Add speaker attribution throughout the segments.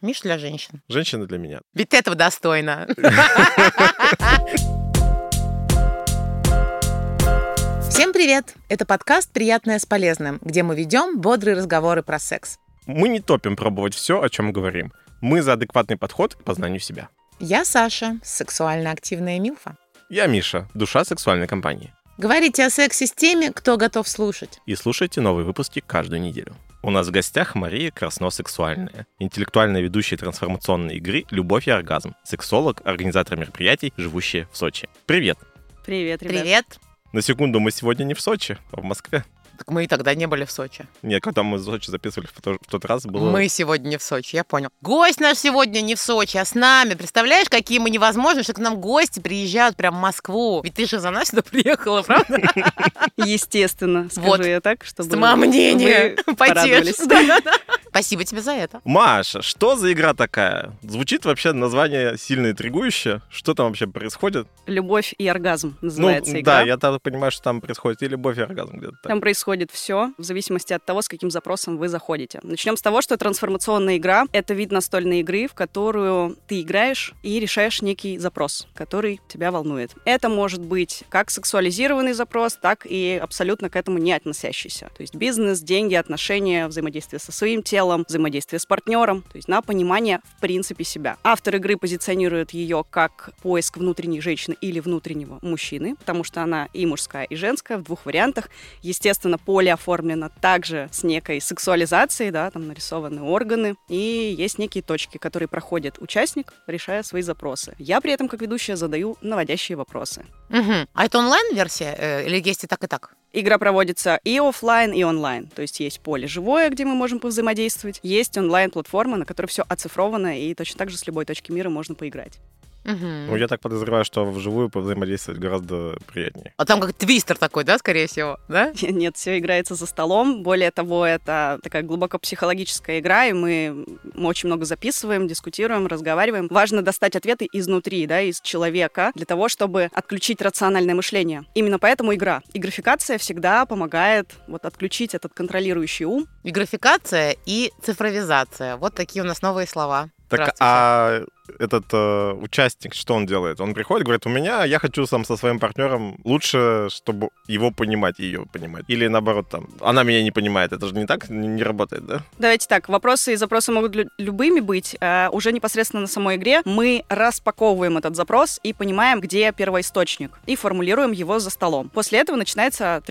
Speaker 1: Миш для женщин.
Speaker 2: Женщина для меня.
Speaker 1: Ведь ты этого достойно. Всем привет! Это подкаст «Приятное с полезным», где мы ведем бодрые разговоры про секс.
Speaker 2: Мы не топим пробовать все, о чем говорим. Мы за адекватный подход к познанию себя.
Speaker 1: Я Саша, сексуально активная Милфа.
Speaker 2: Я Миша, душа сексуальной компании.
Speaker 1: Говорите о сексе с теми, кто готов слушать.
Speaker 2: И слушайте новые выпуски каждую неделю. У нас в гостях Мария Красно сексуальная, интеллектуальная ведущая трансформационной игры «Любовь и оргазм», сексолог, организатор мероприятий, живущая в Сочи. Привет!
Speaker 3: Привет, ребят.
Speaker 1: Привет!
Speaker 2: На секунду, мы сегодня не в Сочи, а в Москве.
Speaker 1: Так мы и тогда не были в Сочи.
Speaker 2: Нет, когда мы в Сочи записывали в тот, в тот раз, было...
Speaker 1: Мы сегодня не в Сочи, я понял. Гость наш сегодня не в Сочи, а с нами. Представляешь, какие мы невозможные, что к нам гости приезжают прям в Москву. Ведь ты же за нас сюда приехала, правда?
Speaker 3: Естественно, скажу
Speaker 1: Вот.
Speaker 3: я так, чтобы
Speaker 1: Самомнение.
Speaker 3: вы
Speaker 1: Потешь.
Speaker 3: порадовались.
Speaker 1: Да-да-да. Спасибо тебе за это.
Speaker 2: Маша, что за игра такая? Звучит вообще название сильно интригующе. Что там вообще происходит?
Speaker 3: Любовь и оргазм называется
Speaker 2: ну,
Speaker 3: игра.
Speaker 2: да, я так понимаю, что там происходит и любовь, и оргазм где-то так.
Speaker 3: Там происходит все в зависимости от того, с каким запросом вы заходите. Начнем с того, что трансформационная игра — это вид настольной игры, в которую ты играешь и решаешь некий запрос, который тебя волнует. Это может быть как сексуализированный запрос, так и абсолютно к этому не относящийся. То есть бизнес, деньги, отношения, взаимодействие со своим телом, взаимодействие с партнером, то есть на понимание в принципе себя. Автор игры позиционирует ее как поиск внутренней женщины или внутреннего мужчины, потому что она и мужская, и женская в двух вариантах. Естественно, поле оформлено также с некой сексуализацией, да, там нарисованы органы, и есть некие точки, которые проходит участник, решая свои запросы. Я при этом, как ведущая, задаю наводящие вопросы.
Speaker 1: Мгм. А это онлайн-версия э, или есть и так, и так?
Speaker 3: Игра проводится и оффлайн, и онлайн. То есть есть поле живое, где мы можем повзаимодействовать, есть онлайн-платформа, на которой все оцифровано, и точно так же с любой точки мира можно поиграть.
Speaker 1: Мгм.
Speaker 2: Ну, я так подозреваю, что вживую взаимодействовать гораздо приятнее.
Speaker 1: А там как твистер такой, да, скорее всего, да?
Speaker 3: Нет, все играется за столом. Более того, это такая глубоко психологическая игра, и мы, мы очень много записываем, дискутируем, разговариваем. Важно достать ответы изнутри, да, из человека, для того, чтобы отключить рациональное мышление. Именно поэтому игра. И графикация всегда помогает вот отключить этот контролирующий ум.
Speaker 1: И графикация, и цифровизация. Вот такие у нас новые слова.
Speaker 2: Так,
Speaker 1: Здравствуйте.
Speaker 2: а этот э, участник, что он делает? Он приходит, говорит, у меня, я хочу сам со своим партнером лучше, чтобы его понимать, и ее понимать. Или наоборот, там, она меня не понимает. Это же не так, не, не работает, да?
Speaker 3: Давайте так, вопросы и запросы могут лю- любыми быть. А уже непосредственно на самой игре мы распаковываем этот запрос и понимаем, где первоисточник, и формулируем его за столом. После этого начинается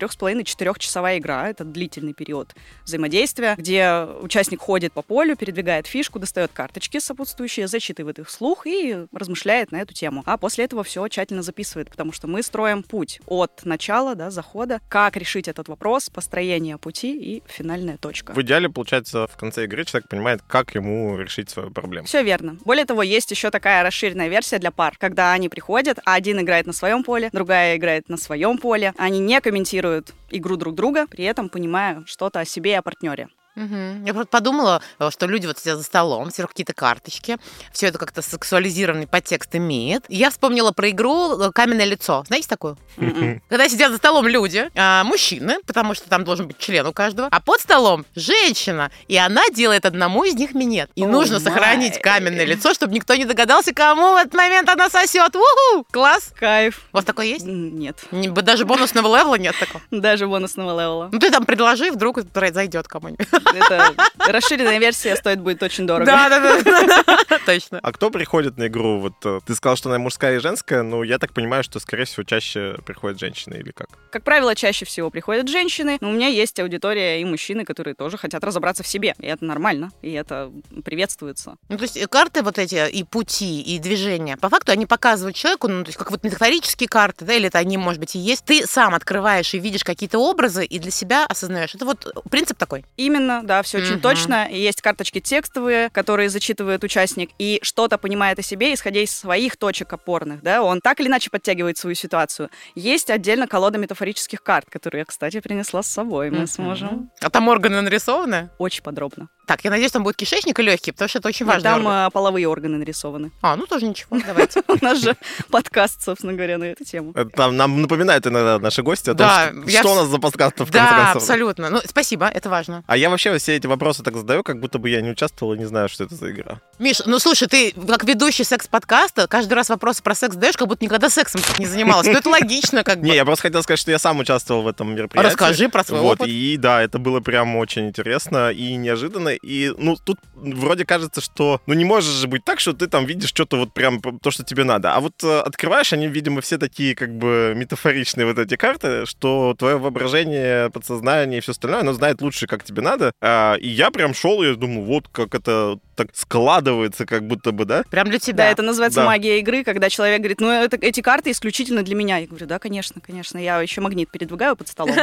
Speaker 3: 3,5-4-часовая игра, это длительный период взаимодействия, где участник ходит по полю, передвигает фишку, достает карточки сопутствующие, зачитывает их вслух и размышляет на эту тему. А после этого все тщательно записывает, потому что мы строим путь от начала, да, захода, как решить этот вопрос, построение пути и финальная точка.
Speaker 2: В идеале, получается, в конце игры человек понимает, как ему решить свою проблему.
Speaker 3: Все верно. Более того, есть еще такая расширенная версия для пар, когда они приходят, а один играет на своем поле, другая играет на своем поле. Они не комментируют игру друг друга, при этом понимая что-то о себе и о партнере.
Speaker 1: Мгм. Я просто подумала, э, что люди вот сидят за столом, сверху какие-то карточки, все это как-то сексуализированный подтекст имеет. И я вспомнила про игру э, «Каменное лицо». Знаете такую?
Speaker 3: Мгм.
Speaker 1: Когда сидят за столом люди, а, мужчины, потому что там должен быть член у каждого, а под столом женщина, и она делает одному из них минет. И
Speaker 3: О,
Speaker 1: нужно
Speaker 3: май.
Speaker 1: сохранить каменное лицо, чтобы никто не догадался, кому в этот момент она сосет. Уху! Класс!
Speaker 3: Кайф.
Speaker 1: У вас такое есть?
Speaker 3: М, Нет,
Speaker 1: Не- Даже бонусного левела нет такого.
Speaker 3: даже бонусного левела.
Speaker 1: Ну ты там предложи, вдруг зайдет кому-нибудь.
Speaker 3: Это расширенная версия стоит будет очень дорого.
Speaker 1: Да, да, да, да. Точно.
Speaker 2: А кто приходит на игру? Вот э, ты сказал, что она мужская и женская, но я так понимаю, что, скорее всего, чаще приходят женщины или как?
Speaker 3: Как правило, чаще всего приходят женщины, но у меня есть аудитория и мужчины, которые тоже хотят разобраться в себе. И это нормально, и это приветствуется.
Speaker 1: Ну, то есть э, карты вот эти и пути, и движения, по факту они показывают человеку, ну, то есть как вот метафорические карты, да, или это они, может быть, и есть. Ты сам открываешь и видишь какие-то образы, и для себя осознаешь. Это вот э, принцип такой.
Speaker 3: Именно, да, все очень
Speaker 1: Мгм.
Speaker 3: точно. И Есть карточки текстовые, которые зачитывает участник и что-то понимает о себе, исходя из своих точек опорных, да, он так или иначе подтягивает свою ситуацию. Есть отдельно колода метафорических карт, которую я, кстати, принесла с собой. Мы
Speaker 1: Мгм.
Speaker 3: сможем
Speaker 1: А там органы нарисованы?
Speaker 3: очень подробно.
Speaker 1: Так, я надеюсь, там будет кишечник и легкие, потому что это очень
Speaker 3: И
Speaker 1: важно.
Speaker 3: там а, половые органы нарисованы.
Speaker 1: А, ну тоже ничего, давайте.
Speaker 3: У нас же подкаст, собственно говоря, на эту тему.
Speaker 2: Это Там нам напоминают иногда наши гости о том,
Speaker 1: Да,
Speaker 2: что,
Speaker 1: я
Speaker 2: что у
Speaker 1: вс-
Speaker 2: нас за подкаст в конце
Speaker 1: Да,
Speaker 2: концов.
Speaker 1: абсолютно. Ну, спасибо, это важно.
Speaker 2: А я вообще все эти вопросы так задаю, как будто бы я не участвовал и не знаю, что это за игра.
Speaker 1: Миш, ну слушай, ты как ведущий секс-подкаста каждый раз вопросы про секс даешь, как будто никогда сексом так не занималась. Ну это логично, как
Speaker 2: Не,
Speaker 1: бы.
Speaker 2: я просто хотел сказать, что я сам участвовал в этом мероприятии.
Speaker 1: Расскажи про свой
Speaker 2: вот,
Speaker 1: опыт.
Speaker 2: и да, это было прям очень интересно и неожиданно. И, ну, тут вроде кажется, что, ну, не может же быть так, что ты там видишь что-то вот прям то, что тебе надо. А вот э, открываешь, они, видимо, все такие как бы метафоричные вот эти карты, что твое воображение, подсознание и все остальное, оно знает лучше, как тебе надо. А, и я прям шел, и думаю, вот как это так складывается, как будто бы, да?
Speaker 1: Прям для
Speaker 3: Да,
Speaker 1: тебя.
Speaker 3: это называется
Speaker 2: Да.
Speaker 3: магия игры, когда человек говорит, ну это, эти карты исключительно для меня. Я говорю, да, конечно, конечно, я еще магнит передвигаю под столом.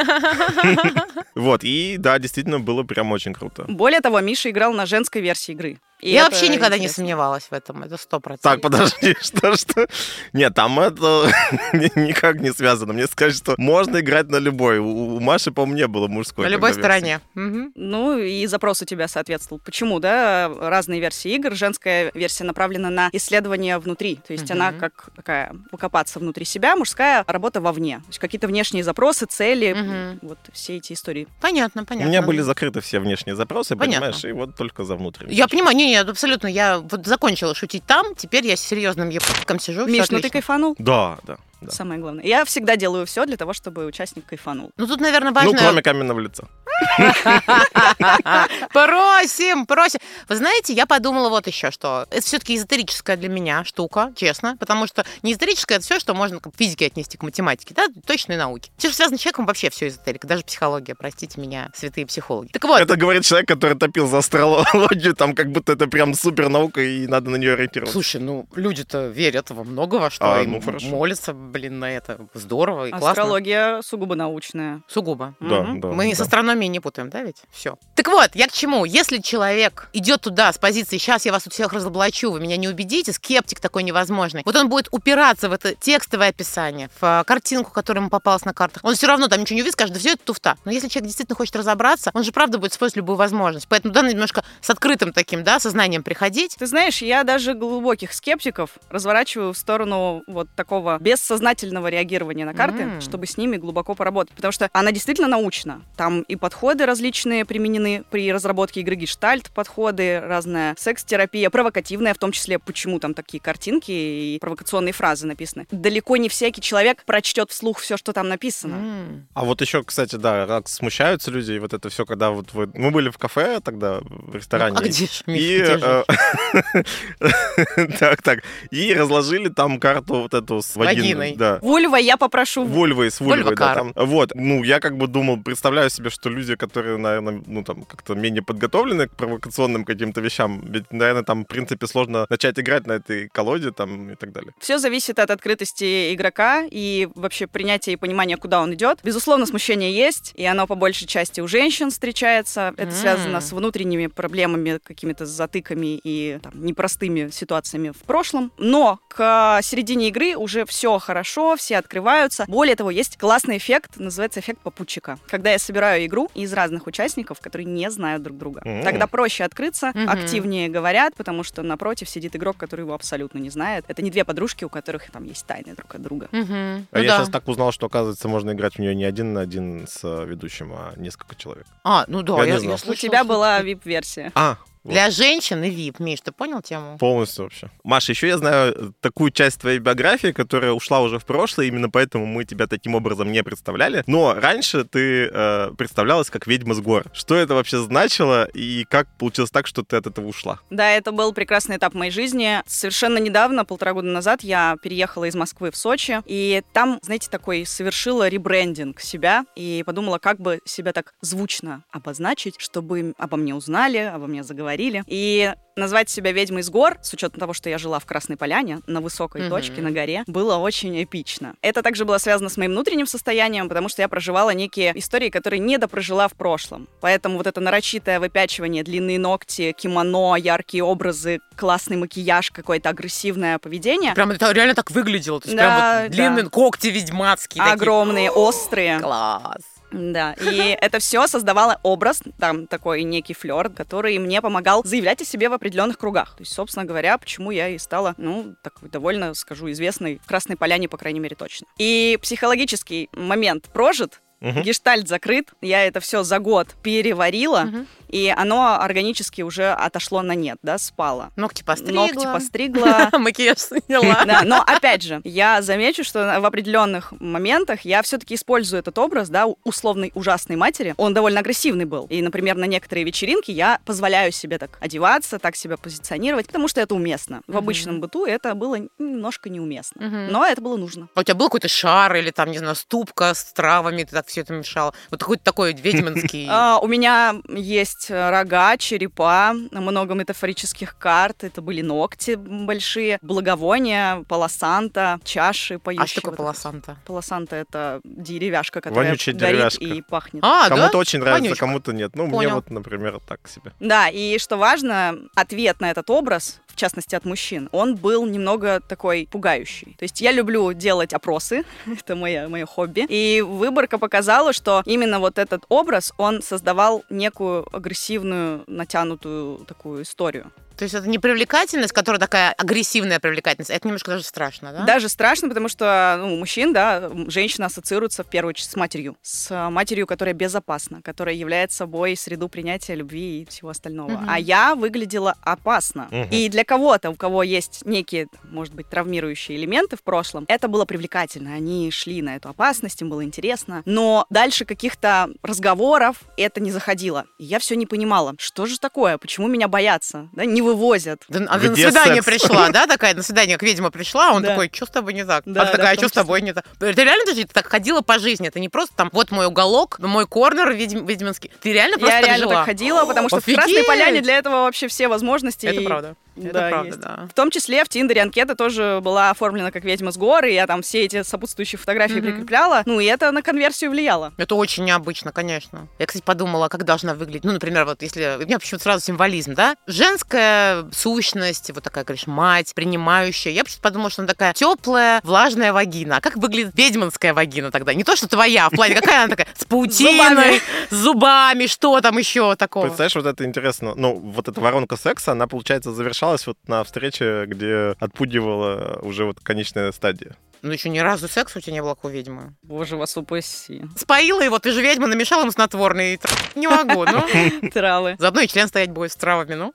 Speaker 2: Вот, и да, действительно было прям очень круто.
Speaker 3: Более того, Миша играл на женской версии игры. И
Speaker 1: Я
Speaker 3: это
Speaker 1: вообще никогда не
Speaker 3: интересно.
Speaker 1: сомневалась в этом, это сто процентов.
Speaker 2: Так, подожди, что, что? Нет, там это ни- никак не связано. Мне сказали, что можно играть на любой. У, у Маши, по-моему, не было мужской.
Speaker 1: На любой
Speaker 2: тогда версии.
Speaker 1: стороне. Мгм.
Speaker 3: Ну и запрос у тебя соответствовал. Почему, да, разные версии игр. Женская версия направлена на исследование внутри. То есть
Speaker 1: Мгм.
Speaker 3: она как такая, покопаться внутри себя, мужская работа вовне. То есть какие-то внешние запросы, цели,
Speaker 1: Мгм.
Speaker 3: вот все эти истории.
Speaker 1: Понятно, понятно.
Speaker 2: У меня были закрыты все внешние запросы,
Speaker 1: Понятно.
Speaker 2: понимаешь, и вот только за внутренние.
Speaker 1: Я понимаю, не, нет, абсолютно. Я вот закончила шутить там, теперь я с серьезным епотком сижу. всё
Speaker 3: Миш, ну ты
Speaker 1: отлично.
Speaker 3: кайфанул?
Speaker 2: Да, да. Ну, да.
Speaker 3: Самое главное. Я всегда делаю все для того, чтобы участник кайфанул.
Speaker 1: Ну тут, наверное, важно.
Speaker 2: Ну, кроме каменного лица.
Speaker 1: Просим, просим. Вы знаете, я подумала вот еще что. Это все-таки эзотерическая для меня штука, честно. Потому что не эзотерическая, это все, что можно к физике отнести, к математике, да, точной науке. Все, что связано с человеком, вообще все эзотерика. Даже психология, простите меня, святые психологи. Так вот,
Speaker 2: Это говорит человек, который топил за астрологию, там как будто это прям супер наука, и надо на нее ориентироваться.
Speaker 1: Слушай, ну люди-то верят во много во что,
Speaker 2: А,
Speaker 1: и
Speaker 2: ну,
Speaker 1: м-
Speaker 2: хорошо.
Speaker 1: молятся, блин, на это. Здорово и классно.
Speaker 3: Астрология сугубо научная.
Speaker 1: Сугубо.
Speaker 2: Да,
Speaker 1: Мгм.
Speaker 2: да,
Speaker 1: Мы с
Speaker 2: да.
Speaker 1: астрономией не путаем, да, ведь? Все. Так вот, я к чему? Если человек идет туда с позиции «сейчас я вас тут всех разоблачу, вы меня не убедите», скептик такой невозможный, вот он будет упираться в это текстовое описание, в э, картинку, которая ему попалась на картах, он все равно там ничего не увидит, скажет, да все это туфта. Но если человек действительно хочет разобраться, он же правда будет использовать любую возможность. Поэтому надо немножко с открытым таким, да, сознанием приходить.
Speaker 3: Ты знаешь, я даже глубоких скептиков разворачиваю в сторону вот такого бессознательного реагирования на карты,
Speaker 1: М.
Speaker 3: чтобы с ними глубоко поработать. Потому что она действительно научна. Там и подходы различные применены при разработке игры Гештальт, подходы, разная секс-терапия, провокативная, в том числе, почему там такие картинки и провокационные фразы написаны. Далеко не всякий человек прочтет вслух все, что там написано.
Speaker 1: М.
Speaker 2: А вот еще, кстати, да, как смущаются люди, и вот это все, когда вот вы... Мы были в кафе тогда, в ресторане.
Speaker 1: Ну, а где ж, Миш,
Speaker 2: И,
Speaker 1: где же?
Speaker 2: э, так, так. И разложили там карту вот эту с
Speaker 1: Вагиной.
Speaker 2: вагиной. Да.
Speaker 3: Вульва, я попрошу
Speaker 2: Вольвой, с
Speaker 1: Вольва
Speaker 2: Вольвой, да,
Speaker 1: Кар.
Speaker 2: там. Вот, ну, я как бы думал, представляю себе, что люди, которые, наверное, ну, там, как-то менее подготовлены к провокационным каким-то вещам, ведь, наверное, там, в принципе, сложно начать играть на этой колоде, там, и так далее.
Speaker 3: Все зависит от открытости игрока и вообще принятия и понимания, куда он идет. Безусловно, смущение есть, и оно по большей части у женщин встречается. Это
Speaker 1: М.
Speaker 3: связано с внутренними проблемами, какими-то затыками и там, непростыми ситуациями в прошлом. Но к середине игры уже все хорошо, все открываются. Более того, есть классный эффект, называется эффект попутчика. Когда я собираю игру из разных участников, которые не знают друг друга,
Speaker 2: М.
Speaker 3: тогда проще открыться,
Speaker 1: Мгм.
Speaker 3: активнее говорят, потому что напротив сидит игрок, который его абсолютно не знает. Это не две подружки, у которых там есть тайны друг от друга.
Speaker 1: Мгм.
Speaker 2: А
Speaker 1: Ну
Speaker 2: я
Speaker 1: да.
Speaker 2: сейчас так узнал, что, оказывается, можно играть в нее не один на один с э, ведущим, а несколько человек.
Speaker 1: А, ну да,
Speaker 2: Я
Speaker 1: я,
Speaker 2: не
Speaker 1: я
Speaker 2: знал. У
Speaker 3: У
Speaker 1: слышала,
Speaker 3: тебя
Speaker 1: слышала.
Speaker 3: была вип-версия.
Speaker 2: А, вот.
Speaker 1: Для женщин и вип, Миш, ты понял тему?
Speaker 2: Полностью вообще. Маша, еще я знаю э, такую часть твоей биографии, которая ушла уже в прошлое, именно поэтому мы тебя таким образом не представляли. Но раньше ты э, представлялась как ведьма с гор. Что это вообще значило и как получилось так, что ты от этого ушла?
Speaker 3: Да, это был прекрасный этап моей жизни. Совершенно недавно, полтора года назад, я переехала из Москвы в Сочи, и там, знаете, такой совершила ребрендинг себя и подумала, как бы себя так звучно обозначить, чтобы обо мне узнали, обо мне заговорили. И назвать себя ведьмой с гор, с учетом того, что я жила в Красной Поляне, на высокой
Speaker 1: Мгм.
Speaker 3: точке, на горе, было очень эпично. Это также было связано с моим внутренним состоянием, потому что я проживала некие истории, которые не допрожила в прошлом. Поэтому вот это нарочитое выпячивание, длинные ногти, кимоно, яркие образы, классный макияж, какое-то агрессивное поведение,
Speaker 1: Прям это реально так выглядело. То есть
Speaker 3: Да,
Speaker 1: прям вот длинные
Speaker 3: да.
Speaker 1: когти ведьмацкие. такие.
Speaker 3: огромные, острые.
Speaker 1: Класс.
Speaker 3: Да, и это все создавало образ, там такой некий флер, который мне помогал заявлять о себе в определенных кругах. То есть, собственно говоря, почему я и стала, ну, такой довольно, скажу, известной в Красной Поляне, по крайней мере, точно. И психологический момент прожит,
Speaker 2: Мгм.
Speaker 3: гештальт закрыт, я это все за год переварила,
Speaker 1: Мгм.
Speaker 3: и оно органически уже отошло на нет, да, спало.
Speaker 1: Ногти постригла.
Speaker 3: Ногти постригла,
Speaker 1: Макияж сняла.
Speaker 3: да, но опять же, я замечу, что в определенных моментах я все-таки использую этот образ, да, у- условной ужасной матери. Он довольно агрессивный был. И, например, на некоторые вечеринки я позволяю себе так одеваться, так себя позиционировать, потому что это уместно. В
Speaker 1: Мгм.
Speaker 3: обычном быту это было немножко неуместно.
Speaker 1: Мгм.
Speaker 3: Но это было нужно.
Speaker 1: А у тебя был какой-то шар или там, не знаю, ступка с травами, ты так все это мешал. Вот какой-то такой ведьминский.
Speaker 3: А, у меня есть э, рога, черепа, много метафорических карт. Это были ногти большие, благовония, полосанта, чаши поющие.
Speaker 1: А что такое
Speaker 3: вот это
Speaker 1: полосанта?
Speaker 3: Полосанта это деревяшка, которая
Speaker 2: Вонючая
Speaker 3: горит
Speaker 2: деревяшка.
Speaker 3: и пахнет.
Speaker 1: А, да?
Speaker 2: Кому-то очень нравится,
Speaker 1: Вонючка.
Speaker 2: кому-то нет. Ну, мне
Speaker 1: Понял.
Speaker 2: вот, например, так себе.
Speaker 3: Да, и что важно, ответ на этот образ, в частности от мужчин, он был немного такой пугающий. То есть я люблю делать опросы, это мое, мое хобби, и выборка показала, что именно вот этот образ, он создавал некую агрессивную, натянутую такую историю.
Speaker 1: То есть это не привлекательность, которая такая агрессивная привлекательность. Это немножко даже страшно, да?
Speaker 3: Даже страшно, потому что ну, у мужчин, да, м, женщина ассоциируется в первую очередь с матерью. С матерью, которая безопасна, которая является собой среду принятия любви и всего остального.
Speaker 1: Мгм.
Speaker 3: А я выглядела опасно.
Speaker 2: Мгм.
Speaker 3: И для кого-то, у кого есть некие, может быть, травмирующие элементы в прошлом, это было привлекательно. Они шли на эту опасность, им было интересно. Но дальше каких-то разговоров это не заходило. И я все не понимала, что же такое, почему меня боятся, да, не вывозят.
Speaker 1: Да, а ты на
Speaker 2: Где
Speaker 1: свидание
Speaker 2: секс?
Speaker 1: пришла, да, такая, на свидание, как ведьма пришла, а он
Speaker 3: Да.
Speaker 1: такой, что с тобой не так?
Speaker 3: Да,
Speaker 1: а
Speaker 3: да,
Speaker 1: ты такая,
Speaker 3: в
Speaker 1: а
Speaker 3: том
Speaker 1: что с тобой не так? Ты реально даже так ходила по жизни, это не просто там, вот мой уголок, мой корнер ведьм- ведьминский. Ты реально просто
Speaker 3: я
Speaker 1: так
Speaker 3: реально
Speaker 1: жила?
Speaker 3: так ходила, потому что
Speaker 1: Офигеть!
Speaker 3: в Красной Поляне для этого вообще все возможности.
Speaker 1: Это
Speaker 3: и-
Speaker 1: правда. Это
Speaker 3: Да,
Speaker 1: правда,
Speaker 3: есть.
Speaker 1: да.
Speaker 3: В том числе в Тиндере анкета тоже была оформлена как «Ведьма с горы», я там все эти сопутствующие фотографии
Speaker 1: Мгм.
Speaker 3: прикрепляла. Ну, и это на конверсию влияло.
Speaker 1: Это очень необычно, конечно. Я, кстати, подумала, как должна выглядеть. Ну, например, вот если... У меня почему-то сразу символизм, да? Женская сущность, вот такая, конечно, мать, принимающая. Я почему-то подумала, что она такая теплая, влажная вагина. А как выглядит ведьминская вагина тогда? Не то, что твоя, в плане, какая она такая? С паутиной, с зубами, что там еще такого?
Speaker 2: Представляешь, вот это интересно. Ну, вот эта воронка секса, она, получается, завершалась вот на встрече, где отпугивала уже вот конечная стадия.
Speaker 1: Ну, еще ни разу секса у тебя не было, как у ведьмы.
Speaker 3: Боже, вас упаси.
Speaker 1: Споила его, ты же ведьма, намешала ему снотворный. и тр- Не могу, ну.
Speaker 3: Травы.
Speaker 1: Заодно и член стоять будет с травами, ну.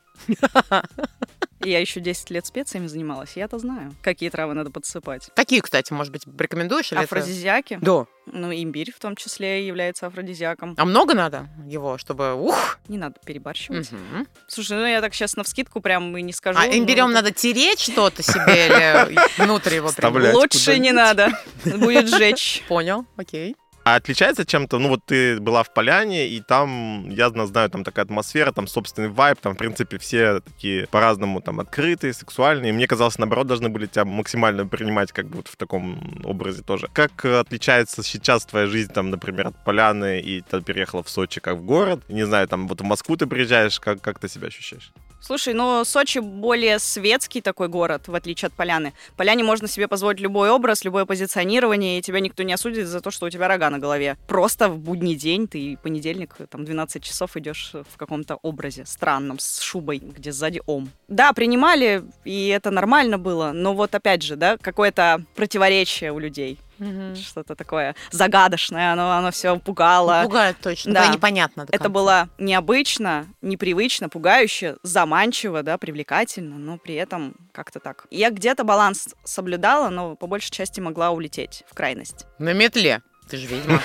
Speaker 3: И Я еще 10 лет специями занималась, я-то знаю, какие травы надо подсыпать.
Speaker 1: Какие, кстати, может быть, рекомендуешь? или это-
Speaker 3: Афродизиаки,
Speaker 1: Да.
Speaker 3: ну, имбирь в том числе является афродизиаком.
Speaker 1: А много надо его, чтобы... Ух!
Speaker 3: Не надо перебарщивать.
Speaker 1: Мгм.
Speaker 3: Слушай, ну я так сейчас на вскидку прям и не скажу.
Speaker 1: А
Speaker 3: ну,
Speaker 1: имбирем
Speaker 3: это-
Speaker 1: надо тереть что-то себе или внутрь его прям?
Speaker 2: Вставлять. Блядь,
Speaker 3: Лучше
Speaker 2: куда
Speaker 3: не надо. Будет жечь.
Speaker 1: Понял, окей.
Speaker 2: А отличается чем-то? Ну, вот ты была в поляне, и там, я зна- знаю, там такая атмосфера, там собственный вайб, там, в принципе, все такие по-разному там открытые, сексуальные. Мне казалось, наоборот, должны были тебя максимально принимать как бы вот в таком образе тоже. Как э, отличается сейчас твоя жизнь, там, например, от поляны, и ты переехала в Сочи как в город? Не знаю, там, вот в Москву ты приезжаешь, как, как ты себя ощущаешь?
Speaker 3: Слушай, ну Сочи более светский такой город, в отличие от Поляны. Поляне можно себе позволить любой образ, любое позиционирование, и тебя никто не осудит за то, что у тебя рога на голове. Просто в будний день ты понедельник, там 12 часов идешь в каком-то образе странном, с шубой, где сзади ом. Да, принимали, и это нормально было, но вот опять же, да, какое-то противоречие у людей, что-то такое загадочное, оно, оно все пугало.
Speaker 1: Пугает точно.
Speaker 3: Да.
Speaker 1: Да, непонятно. до
Speaker 3: Это
Speaker 1: конца.
Speaker 3: было необычно, непривычно, пугающе, заманчиво, да, привлекательно, но при этом как-то так. Я где-то баланс соблюдала, но по большей части могла улететь в крайность.
Speaker 1: На метле. Ты же ведьма.